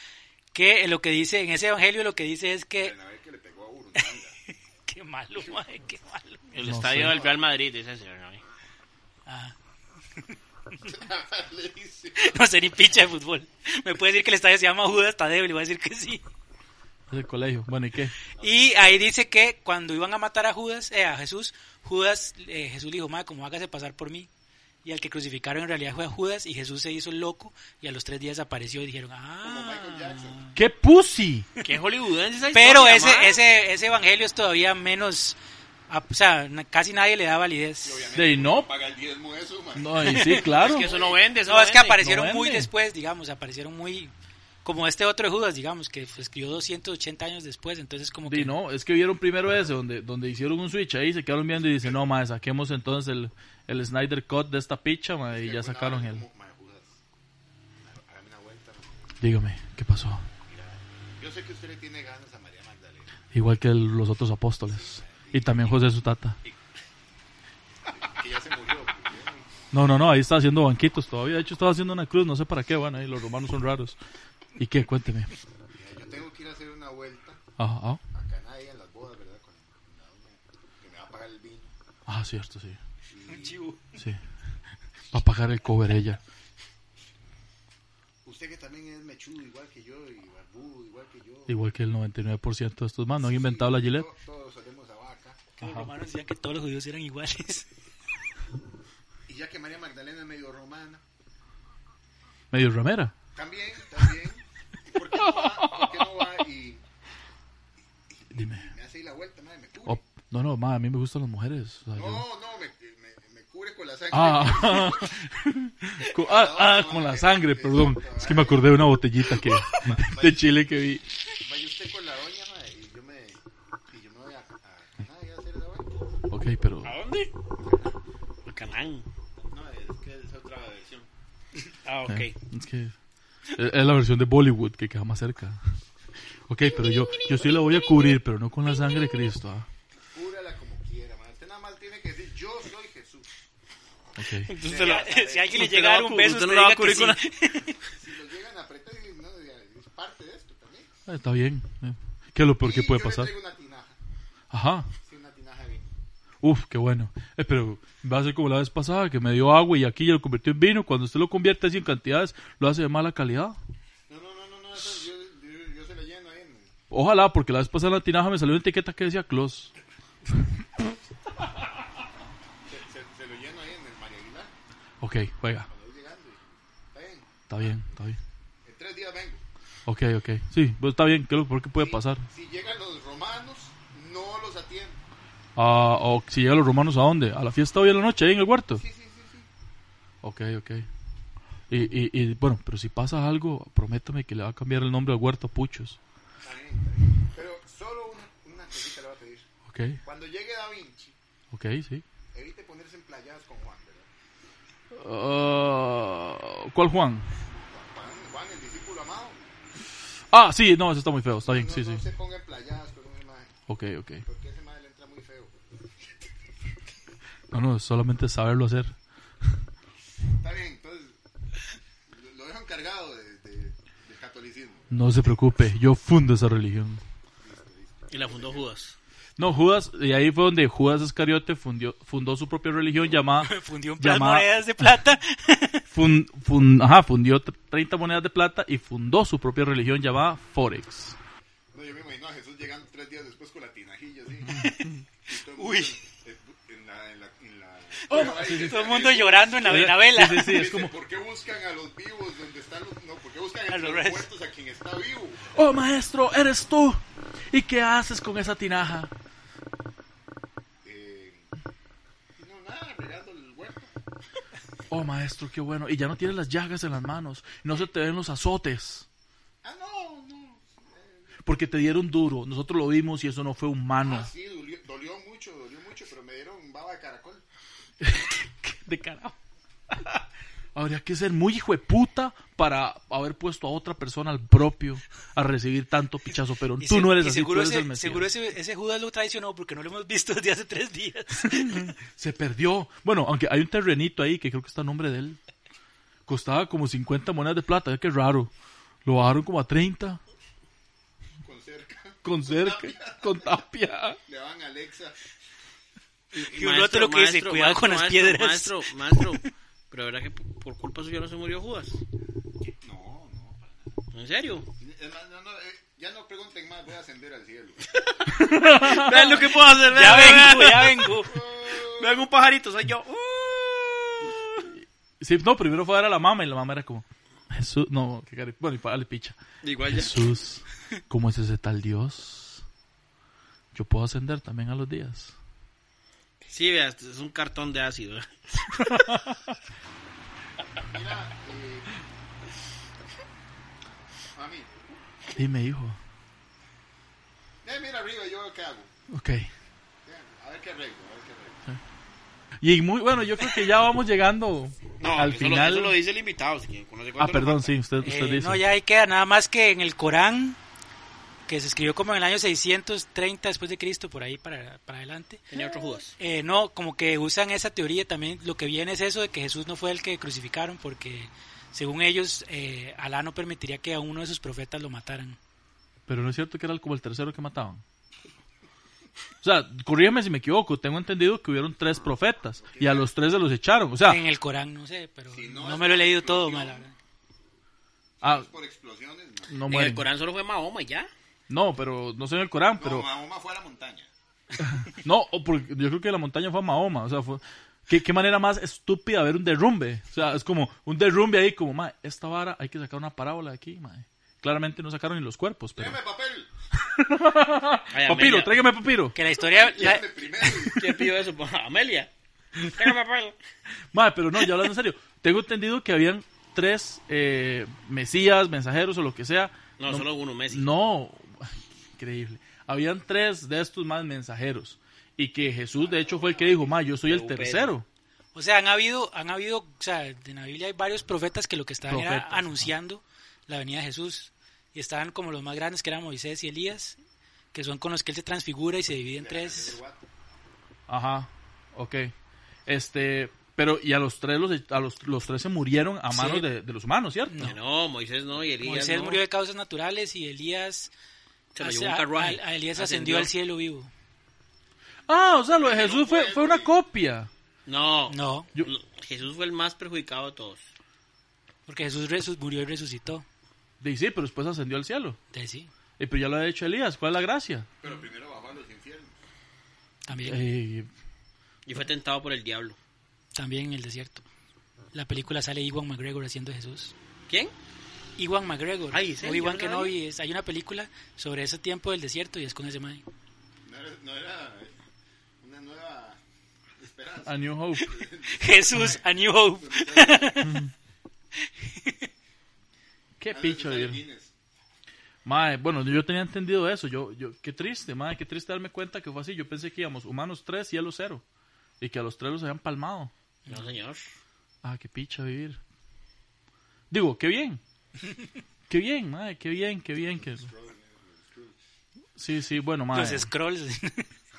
que eh, lo que dice, en ese evangelio lo que dice es que...
Ven a ver que le pegó a Urundanga.
Qué malo, mae, qué malo.
El
No
estadio
sé.
del Real Madrid, dice el señor. ¿no?
Ah,
Ah, le dice.
no sé ni pincha de fútbol. Me puede decir que el estadio se llama Judas Tadeo y le voy a decir que sí.
Es el colegio. Bueno, ¿y qué?
Y ahí dice que cuando iban a matar a Judas, eh, a Jesús, Judas, eh, Jesús le dijo, madre, como hágase pasar por mí. Y al que crucificaron en realidad fue a Judas y Jesús se hizo loco y a los tres días apareció y dijeron,
Como Michael
ah,
Jackson.
¡Qué pussy!
Qué hollywoodense esa
Pero
historia,
ese,
ma.
ese, ese evangelio es todavía menos. a- O sea, na- casi nadie le da
Y
validez.
obviamente
De ahí no.
paga el diezmo eso, man.
No, y sí, claro.
Es que eso no vende, eso
No, es que
vende.
aparecieron
no
muy
vende.
después, digamos, aparecieron muy. Como este otro de Judas, digamos, que fue- escribió 280 años después, entonces como
Di,
que.
no, es que vieron primero ese, donde, donde hicieron un switch ahí, se quedaron viendo y dicen, no, madre, saquemos entonces el, el Snyder Cut de esta picha, madre, y ya sacaron el...
Como, "Mae, Judas, hágame una vuelta, man.
Dígame, ¿qué pasó?
Yo sé que usted le tiene ganas a María Magdalena.
Igual que el- los otros apóstoles. Y también José su tata.
Que ya se murió. pues, porque-
No, no, no, ahí está haciendo banquitos todavía. De hecho, estaba haciendo una cruz, no sé para qué, bueno, ahí los romanos son raros. ¿Y qué? Cuénteme.
Yo tengo que ir a hacer una vuelta
Ah, ah,
a Canadá en las bodas, ¿verdad? Con, con la doña que me va a pagar el vino.
ah, cierto, sí.
Un chivo.
Sí. Va a pagar el cover ella.
Usted que también es mechudo igual que yo y barbudo igual que yo.
Igual que el 99% de estos más, no han inventado la Gillette.
To- Todos solemos a vaca.
Que los romanos decían que todos los judíos eran iguales.
Y ya que María Magdalena es medio romana,
Medio ramera.
también, también. ¿Por qué no va? ¿Por qué no va? Y
Dime.
me hace ir la vuelta, madre, me cubre.
Oh, no, no, ma, a mí me gustan las mujeres. o sea, yo-
No, no, me, me, me cubre con la sangre.
Ah, Co- ah, ah, con la sangre, perdón. Es que me acordé de una botellita que de Chile que vi.
Vaya usted con la doña, madre, y yo me, y yo me voy a, a, Canadá y a hacer la vuelta.
Ok, pero
¿A dónde? Al canal.
No, es que es otra versión.
Ah, ok.
eh, es que es es la versión de Bollywood que queda más cerca. Ok, pero yo yo sí la voy a cubrir, pero no con la sangre de Cristo. ah.
Cúrala como quiera, madre. Usted nada más tiene que decir, yo soy Jesús.
Ok.
Entonces,
Si
te lo-
a- si alguien le
usted
llega a dar
lo va
un
a-
beso,
usted
usted
no lo va a
diga que
cubrir con
sí.
Si los llegan a apretar, y no, ya, es parte de esto también.
Ah, Está bien. eh. ¿Qué es lo peor que
Y
puede
yo le
pasar?
traigo una tinaja.
Ajá.
Sí, una tinaja de vino.
Uf, qué bueno. Eh, pero va a ser como la vez pasada que me dio agua y aquí ya lo convirtió en vino. Cuando usted lo convierte así en cantidades, lo hace de mala calidad.
No, no, no, no, no eso yo, yo, yo se lo lleno ahí. En...
Ojalá, porque la vez pasada en la tinaja me salió una etiqueta que decía close.
Se, se- se lo lleno ahí en el María Aguilar,
Ok, juega.
cuando voy llegando. y- Está bien,
Está bien, está bien.
en tres días vengo.
Ok, ok. Sí, pues está bien. ¿Qué es lo peor que puede
Si-
pasar?
Si llegan los romanos, no los atiendo.
Ah, o si llegan los romanos, ¿a dónde? ¿A la fiesta hoy en la noche, ahí en el huerto?
Sí, sí, sí, sí.
Ok, ok. Y, y, y, bueno, pero si pasa algo, prométame que le va a cambiar el nombre al huerto a Puchos.
Está bien, está bien. Pero solo una, una cosita le voy a pedir.
Ok,
Cuando llegue Da Vinci,
ok, sí.
evite ponerse en playadas con Juan, ¿verdad?
Ah, ¿Cuál Juan?
Juan, Juan el discípulo amado.
Ah, sí, no, eso está muy feo. Está bien,
No,
sí,
no
sí.
se ponga en playadas con un imagen,
Ok, ok.
porque ese madre le entra muy feo.
No, no, solamente saberlo hacer.
Está bien, entonces lo- lo dejo encargado de, de, del catolicismo.
No se preocupe, yo fundo esa religión.
Y la fundó Judas.
No, Judas, y ahí fue donde Judas Iscariote fundió- fundó su propia religión llamada...
Fundió un
llamada-
monedas de plata.
fun- fun- ajá, fundió tr- 30 monedas de plata y fundó su propia religión llamada Forex.
No, yo me imagino a Jesús llegando tres días después con la tinajilla así. Y todo el
Uy.
mundo en- En la. En la, en la
Oh,
prueba ahí,
todo el
dice,
mundo llorando en la, en la vela.
Sí, sí, sí, es
dice,
como...
¿Por qué buscan a los vivos donde están los.? No, ¿por qué buscan
A
a
los
los
res-
muertos a quien está vivo?
¡Oh, maestro, eres tú! ¿Y qué haces con esa tinaja?
Eh, no, nada, regando el huerto.
Oh, maestro, qué bueno. Y ya no tienes las llagas en las manos. No se te ven los azotes.
Ah, no, no.
Porque te dieron duro. Nosotros lo vimos y eso no fue humano.
Ah, sí, dolió, dolió mucho, dolió mucho, pero me dieron baba de caracol.
De carajo. Habría que ser muy hijo de puta para haber puesto a otra persona al propio a recibir tanto pichazo. Pero
Y
tú
se-
no eres
y
así, tú
seguro
eres
ese,
el Mesías.
Seguro ese, ese Judas lo traicionó porque no lo hemos visto desde hace tres días.
Se perdió. Bueno, aunque hay un terrenito ahí que creo que está a nombre de él. Costaba como 50 monedas de plata. Qué raro. Lo bajaron como a 30.
Con cerca.
Con cerca. Con tapia.
Le van a Alexa.
Y un rato lo que dice, cuidado con las
maestro,
piedras.
Maestro, maestro, pero verdad que por por culpa suya no se murió Judas.
No, no. para nada.
¿En serio?
Es más, no, no, eh, ya no pregunten más, voy a ascender al cielo.
Vean lo que puedo hacer, vean,
ya
vean,
vengo,
vean.
ya vengo.
Vean un pajarito, soy yo. Uh.
Sí, no, primero fue a dar a la mamá y la mamá era como... Jesús, no, qué cari- Bueno, y para picha.
Igual ya.
Jesús, ¿cómo es ese tal Dios? Yo puedo ascender también a los días.
Sí, veas, es un cartón de ácido.
Mira, eh, mami,
Dime, hijo.
eh, mira arriba, yo veo qué hago.
Ok.
Ya, A ver qué arreglo, a ver qué arreglo.
Y muy bueno, yo creo que ya vamos llegando
No,
al
eso,
final.
lo, eso lo dice el invitado. Si quieren, conoce
ah,
cuánto
perdón,
nos falta.
sí, usted, usted
Eh,
dice.
no, ya ahí queda. Nada más que en el Corán, que se escribió como en el año 630 después de Cristo, por ahí para, para adelante.
Tenía otro Judas.
Eh, no, como que usan esa teoría también. Lo que viene es eso de que Jesús no fue el que crucificaron porque, según ellos, eh, Alá no permitiría que a uno de sus profetas lo mataran.
Pero no es cierto que era como el tercero que mataban. O sea, corrígeme si me equivoco. Tengo entendido que hubieron tres profetas y a los tres se los echaron. O sea,
En el Corán, no sé, pero
Si no
no,
es
me lo he
por
leído todo
explosión.
mal. la verdad.
ah,
Por explosiones,
no
no.
en el
mueren.
Corán solo fue Mahoma y ya.
No, pero no sé en el Corán, pero
No, Mahoma fue a la montaña.
No, o porque yo creo que la montaña fue a Mahoma. O sea, fue. ¿Qué, qué manera más estúpida ver un derrumbe. O sea, es como un derrumbe ahí, como, mae, esta vara hay que sacar una parábola de aquí, mae. Claramente no sacaron ni los cuerpos, pero.
Tráeme papel.
Ay,
Papiro,
Amelia.
tráigame papiro.
Que la historia... la-
Tráeme primero.
¿Quién pidió eso? Pues, Amelia. Tráigame papel.
Mae, pero no, ya hablando en serio. Tengo entendido que habían tres eh, mesías, mensajeros o lo que sea.
No, solo uno, Messi.
No, increíble. Habían tres de estos más mensajeros. Y que Jesús, de hecho, fue el que dijo, mae, yo soy el
Pero, pero.
tercero.
O sea, han habido, han habido, o sea, en la Biblia hay varios profetas que lo que estaban era
Profetas, ajá.
anunciando la venida de Jesús. Y estaban como los más grandes, que eran Moisés y Elías, que son con los que él se transfigura y se divide en tres.
Ajá, ok. Este, pero y a los tres los, e, a los, los tres se murieron a
Sí.
manos de, de los humanos, ¿cierto?
Que No, Moisés no y Elías
Moisés
no.
murió de causas naturales y Elías,
Se lo
hace-
llevó un
a-
carruaje.
a- a Elías ascendió, al cielo vivo.
Ah, o sea, lo de Jesús fue, fue una copia.
No,
No,
Yo-
Jesús fue el más perjudicado de todos.
porque Jesús resu- murió y resucitó.
Y sí, pero después ascendió al cielo.
Entonces sí,
Eh, pero ya lo ha hecho Elías, ¿cuál es la gracia?
Pero primero bajó a los infiernos.
también,
Eh,
Y fue tentado por el diablo.
también en el desierto. La película sale Iwan McGregor haciendo Jesús.
¿Quién?
Iwan McGregor,
Ay, ¿en serio?
Obi-Wan
Yo no sabía.
Kenobi, es- hay una película sobre ese tiempo del desierto y es con ese man.
No era, no era eh, una nueva esperanza.
a New Hope.
Jesús, a New Hope.
Qué
Ah,
picho,
ese es
Dios.
el Guinness.
Mae, bueno, yo tenía entendido eso. Yo, yo, qué triste, madre, qué triste darme cuenta que fue así. Yo pensé que íbamos humanos tres, cielo cero. Y que a los tres los habían palmado.
No, señor.
Ah, qué picha vivir. Digo, qué bien. Qué bien, madre, qué bien, qué bien. Que... Sí, sí, bueno,
Los
madre.
scrolls.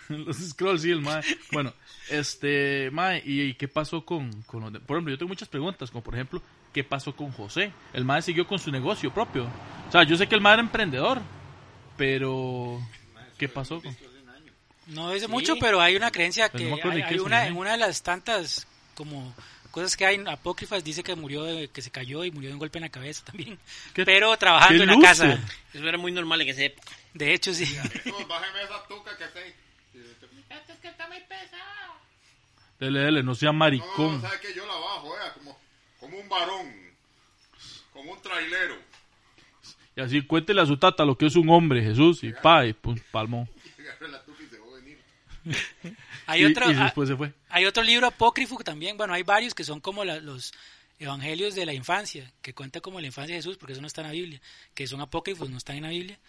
Los scrolls, sí, el mae. Bueno, este, mae, ¿y, y qué pasó con, con los de- Por ejemplo, yo tengo muchas preguntas, como por ejemplo, ¿qué pasó con José? El mae siguió con su negocio propio. O sea, yo sé que el mae era emprendedor, pero... ¿Qué pasó con...?
No dice
Sí.
mucho, pero hay una creencia
Pues
que
no me acuerdo
hay,
ni
hay
qué es,
una,
¿no?
en una de las tantas como cosas que hay apócrifas dice que murió, de- que se cayó y murió de un golpe en la cabeza también.
¿Qué-
pero trabajando
qué
en la
luce?
casa.
Eso era muy normal en esa época.
De hecho, sí.
No, bájeme esa tuca que está ahí.
Dele, dele, no sea
No,
maricón.
¿sabes qué? Yo la bajo, eh, como, como un varón. Como un trailero.
Y así cuéntele a su tata lo que es un hombre, Jesús, y pa, y pum, palmó.
Agarré la tuca y se va a venir.
Hay
Y,
otro,
y
ah,
después se fue.
hay otro libro apócrifo que también, bueno, hay varios que son como la- los evangelios de la infancia, que cuenta como la infancia de Jesús, porque eso no está en la Biblia, que son apócrifos, no están en la Biblia.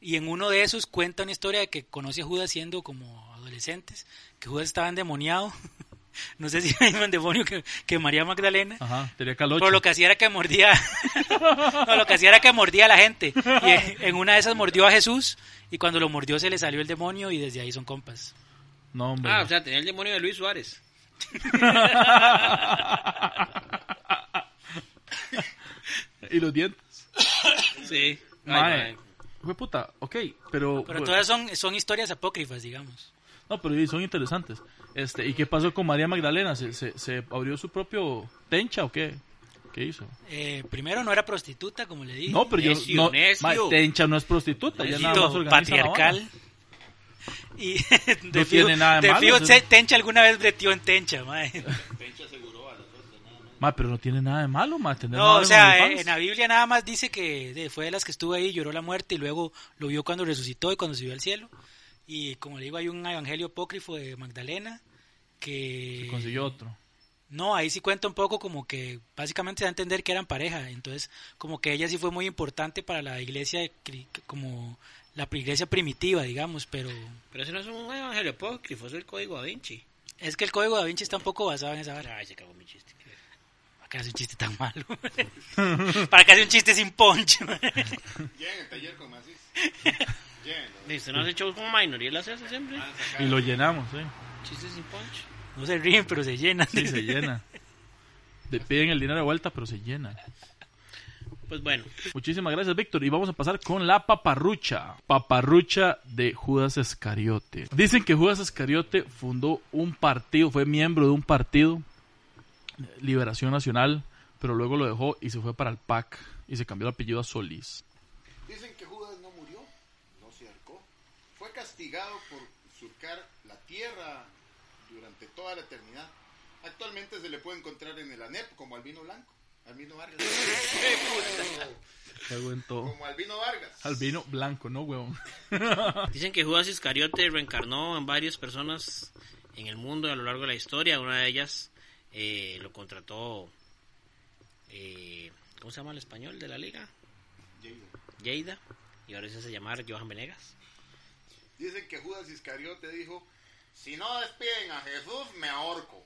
Y en uno de esos cuenta una historia de que conoce a Judas siendo como adolescentes, que Judas estaba endemoniado, no sé si era el mismo demonio que, que María Magdalena,
Ajá, tenía calocho.
pero lo que hacía era que mordía, no, lo que hacía era que mordía a la gente. Y en- en una de esas mordió a Jesús y cuando lo mordió se le salió el demonio y desde ahí son compas.
No, hombre.
Ah, o sea, tenía el demonio de Luis Suárez.
y los dientes.
Sí. Ay,
Mae.
mae.
Fue puta, ok, pero...
Pero
bueno,
todas son, son historias apócrifas, digamos.
No, pero y son interesantes. Este, ¿Y qué pasó con María Magdalena? ¿Se, se, se abrió su propio tencha o qué? ¿Qué hizo?
Eh, primero no era prostituta, como le dije.
No, pero yo...
Necio,
no,
necio.
mae, tencha no es prostituta, ya
Éxito
nada más organiza la
patriarcal.
vara.
Y
No tiene nada de
de
malo,
fijo,
eso.
se- Tencha alguna vez breteó en Tencha, mae.
Mae, pero no tiene nada de malo, mae. tener
No,
nada
o
de
sea, eh,
OnlyFans.
en la Biblia nada más dice que de- fue de las que estuvo ahí, lloró la muerte y luego lo vio cuando resucitó y cuando subió al cielo. Y como le digo, hay un evangelio apócrifo de Magdalena que...
Se consiguió otro.
No, ahí sí cuenta un poco como que básicamente da a entender que eran pareja, entonces como que ella sí fue muy importante para la iglesia, de cri- como la pri- iglesia primitiva, digamos, pero
Pero eso no es un evangelio apócrifo, es el código da Vinci.
es que el código da Vinci está un poco basado en esa vara.
Ay, se cagó mi chiste.
¿Para qué hace un chiste tan malo? ¿Para qué hace un chiste sin ponche?
Lleguen el taller con maciz. Lleguen.
Dice, no has hecho con minor y él hace eso siempre.
Y lo llenamos, ¿eh?
Chistes sin punch.
No se ríen, pero se llenan.
Sí, se llena. Te piden el dinero de vuelta, pero se llena.
Pues bueno,
Muchísimas gracias, Víctor. Y vamos a pasar con la paparrucha. Paparrucha de Judas Escariote. Dicen que Judas Escariote fundó un partido, fue miembro de un partido, Liberación Nacional, pero luego lo dejó y se fue para el PAC y se cambió el apellido a Solís.
Dicen que Judas no murió, no se arcó. Fue castigado por surcar la tierra durante toda la eternidad. Actualmente se le puede encontrar en el ANEP como Albino Blanco, Albino Vargas.
Luego en todo.
como Albino Vargas.
Albino blanco, ¿no, huevón?
dicen que Judas Iscariote reencarnó en varias personas en el mundo a lo largo de la historia. Una de ellas eh, lo contrató. eh, ¿Cómo se llama el español de la liga? Lleida. Y ahora se hace llamar Johan Venegas.
Dicen que Judas Iscariote dijo, si no despiden a Jesús, me ahorco.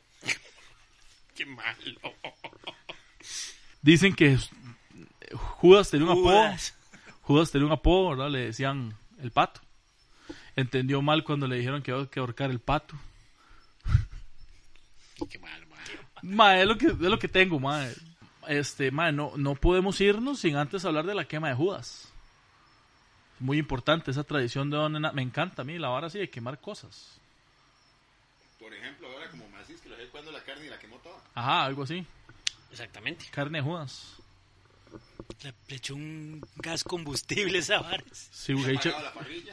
¡Qué malo!
Dicen que Judas tenía un apodo.
Judas.
Judas tenía un apodo, ¿verdad? Le decían el pato. Entendió mal cuando le dijeron que había que ahorcar el pato.
¡Qué malo, man.
Ma, es lo que, es lo que tengo, ma. Este, ma, no, no podemos irnos sin antes hablar de la quema de Judas. Muy importante esa tradición de Don Ena- Me encanta a mí la vara así de quemar cosas.
Por ejemplo, ahora como Macis, que lo dejé cuando la carne y la quemó toda.
Ajá, algo así.
Exactamente.
Carne de Judas.
Le, le echó un gas combustible esa vara.
Sí, güey, che-
Apagaba la parrilla.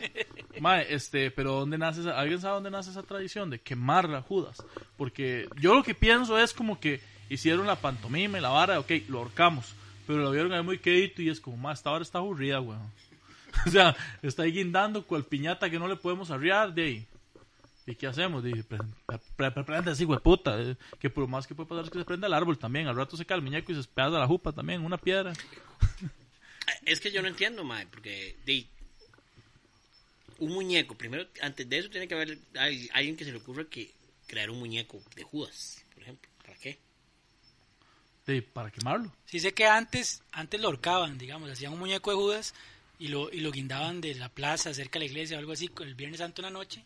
ma, este, pero ¿dónde nace esa, ¿alguien sabe dónde nace esa tradición de quemar a Judas? Porque yo lo que pienso es como que hicieron la pantomima y la vara, ok, lo ahorcamos. Pero lo vieron ahí muy quedito y es como, ma, esta vara está aburrida, weón. O sea, está ahí guindando cual piñata que no le podemos arriar de ahí. ¿Y qué hacemos? Dije, pre- pre- pre- prende así, hueputa. eh, Que por lo más que puede pasar es que se prenda el árbol también. Al rato se cae el muñeco y se espedaza la jupa también, una piedra.
Es que yo no entiendo, mae, porque de, un muñeco, primero, antes de eso tiene que haber al- alguien que se le ocurra que crear un muñeco de Judas, por ejemplo. ¿Para qué?
De, para quemarlo.
Sí sé que antes, antes lo ahorcaban, digamos, hacían un muñeco de Judas y lo, y lo guindaban de la plaza cerca de la iglesia o algo así, el Viernes Santo en la noche.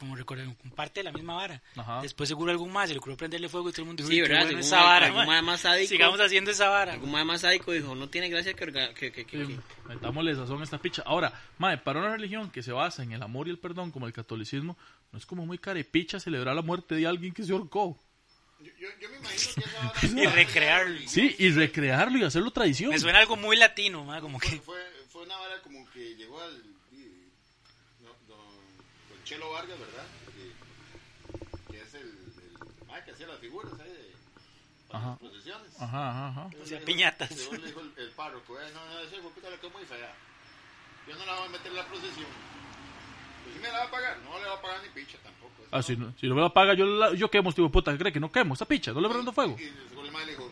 como recuerdo, comparte la misma vara.
Ajá.
Después seguro algún más se le ocurrió prenderle fuego y todo el mundo
Sí,
"Uy, qué
¿verdad?
bueno
Algún
esa
ma-
vara,
algún
ma".
ma más sádico.
Sigamos haciendo esa vara.
Algún mae más sádico dijo, no tiene gracia que, orga- que, que, que- que-
Sí, metámosle sazón a esta picha. Ahora, mae, para una religión que se basa en el amor y el perdón, como el catolicismo, no es como muy carepicha celebrar la muerte de alguien que se ahorcó.
Yo, yo- yo me imagino que esa vara
Y recrearlo.
Sí, y recrearlo y hacerlo tradición.
Me suena algo muy latino, ma, como que
fue, fue una vara como que llegó al. y- no, don, don Chelo Vargas, ¿verdad? Que, que es el, el mae que hacía las figuras ahí de para
Ajá.
las procesiones.
Ajá, ajá, ajá.
Hacía piñatas.
Según le dijo el, el párroco, "Eh, no, no, ese hijo de puta la que es muy fea. Yo no la voy a meter en la procesión. Pues si me la va a pagar, no le va a pagar ni picha tampoco. Eso
Ah, si no, si no me la paga, yo, la- yo quemo, este hijo de puta. ¿Cree que no quemo esta picha? No le prendo fuego.
Y el según el mae le dijo,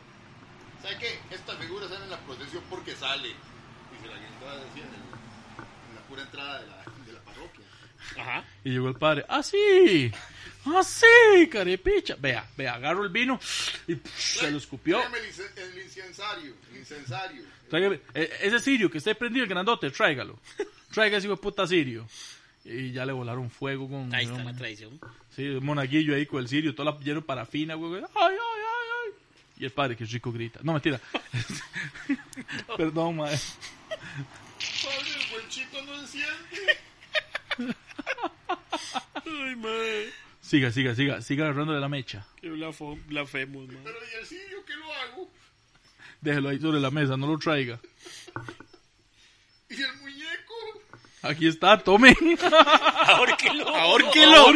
¿sabe qué? Estas figuras salen en la procesión porque sale. Y se la gritó así en, el- en la pura entrada de la, de la parroquia.
Ajá.
Y llegó el padre, ¡ah, sí! ¡Ah, sí, carepicha! Vea, vea, agarro el vino y pff, se lo escupió.
Tráigame el, ince- el incensario, el incensario.
Tráigame- eh, ese sirio que está prendido, el grandote, tráigalo. Traiga ese hijo de puta sirio. Y ya le volaron fuego con...
Ahí está la tradición.
Sí, un monaguillo ahí con el sirio, toda la lleno parafina, güey. güey. ¡Ay, ay, ay, ay! Y el padre, que rico grita. No, mentira. Perdón, madre.
Padre, el buenchito no enciende.
Ay, madre.
Siga, siga, siga, siga agarrándole la mecha.
Qué blafo- blasfemos, madre.
Pero ¿y el sirio qué lo hago?
Déjelo ahí sobre la mesa, no lo traiga.
¿Y el muñeco?
Aquí está, tome.
ahorquelo.
¡Ahórquelo!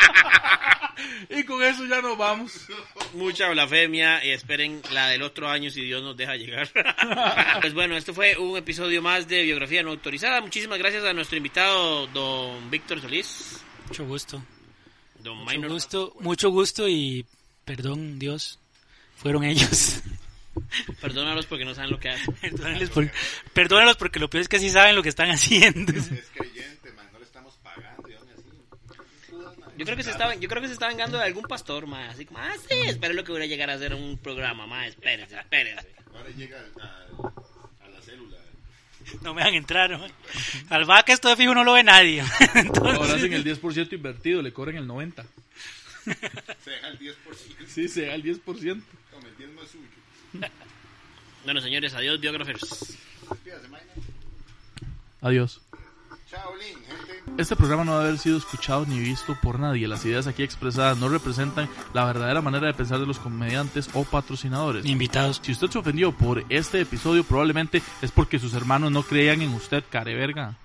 y con eso ya nos vamos.
Mucha blasfemia y esperen la del otro año si Dios nos deja llegar. pues bueno, esto fue un episodio más de Biografía No Autorizada. Muchísimas gracias a nuestro invitado, don Víctor Solís,
Mucho gusto.
don
Mucho
Minor.
gusto, mucho gusto y perdón, Dios. Fueron ellos.
Perdónalos porque no saben lo que hacen.
Perdónenles por- perdónenlos porque lo peor es que sí saben lo que están haciendo.
Es creyente, man, no le estamos pagando y aún así. Judas, man.
Yo creo que se está, yo creo que se está vengando de algún pastor, más Así como, ah, sí, espero lo que voy a llegar a hacer un programa, más Espérense, espérense.
Ahora llega al- al- a la célula.
No me van a entrar. ¿no? Al vaca esto de fijo no lo ve nadie.
Ahora
Entonces,
hacen el 10% invertido, le cobran el 90%.
Se deja el 10%,
Sí, se da el 10%.
como el 10 más suyo.
Bueno, señores, adiós, biógrafos.
Despídase, Mayna.
Adiós.
Chao, Lin, gente.
Este programa no debe haber sido escuchado ni visto por nadie. Las ideas aquí expresadas no representan la verdadera manera de pensar de los comediantes o patrocinadores.
invitados.
Si usted se ofendió por este episodio, probablemente es porque sus hermanos no creían en usted, careverga.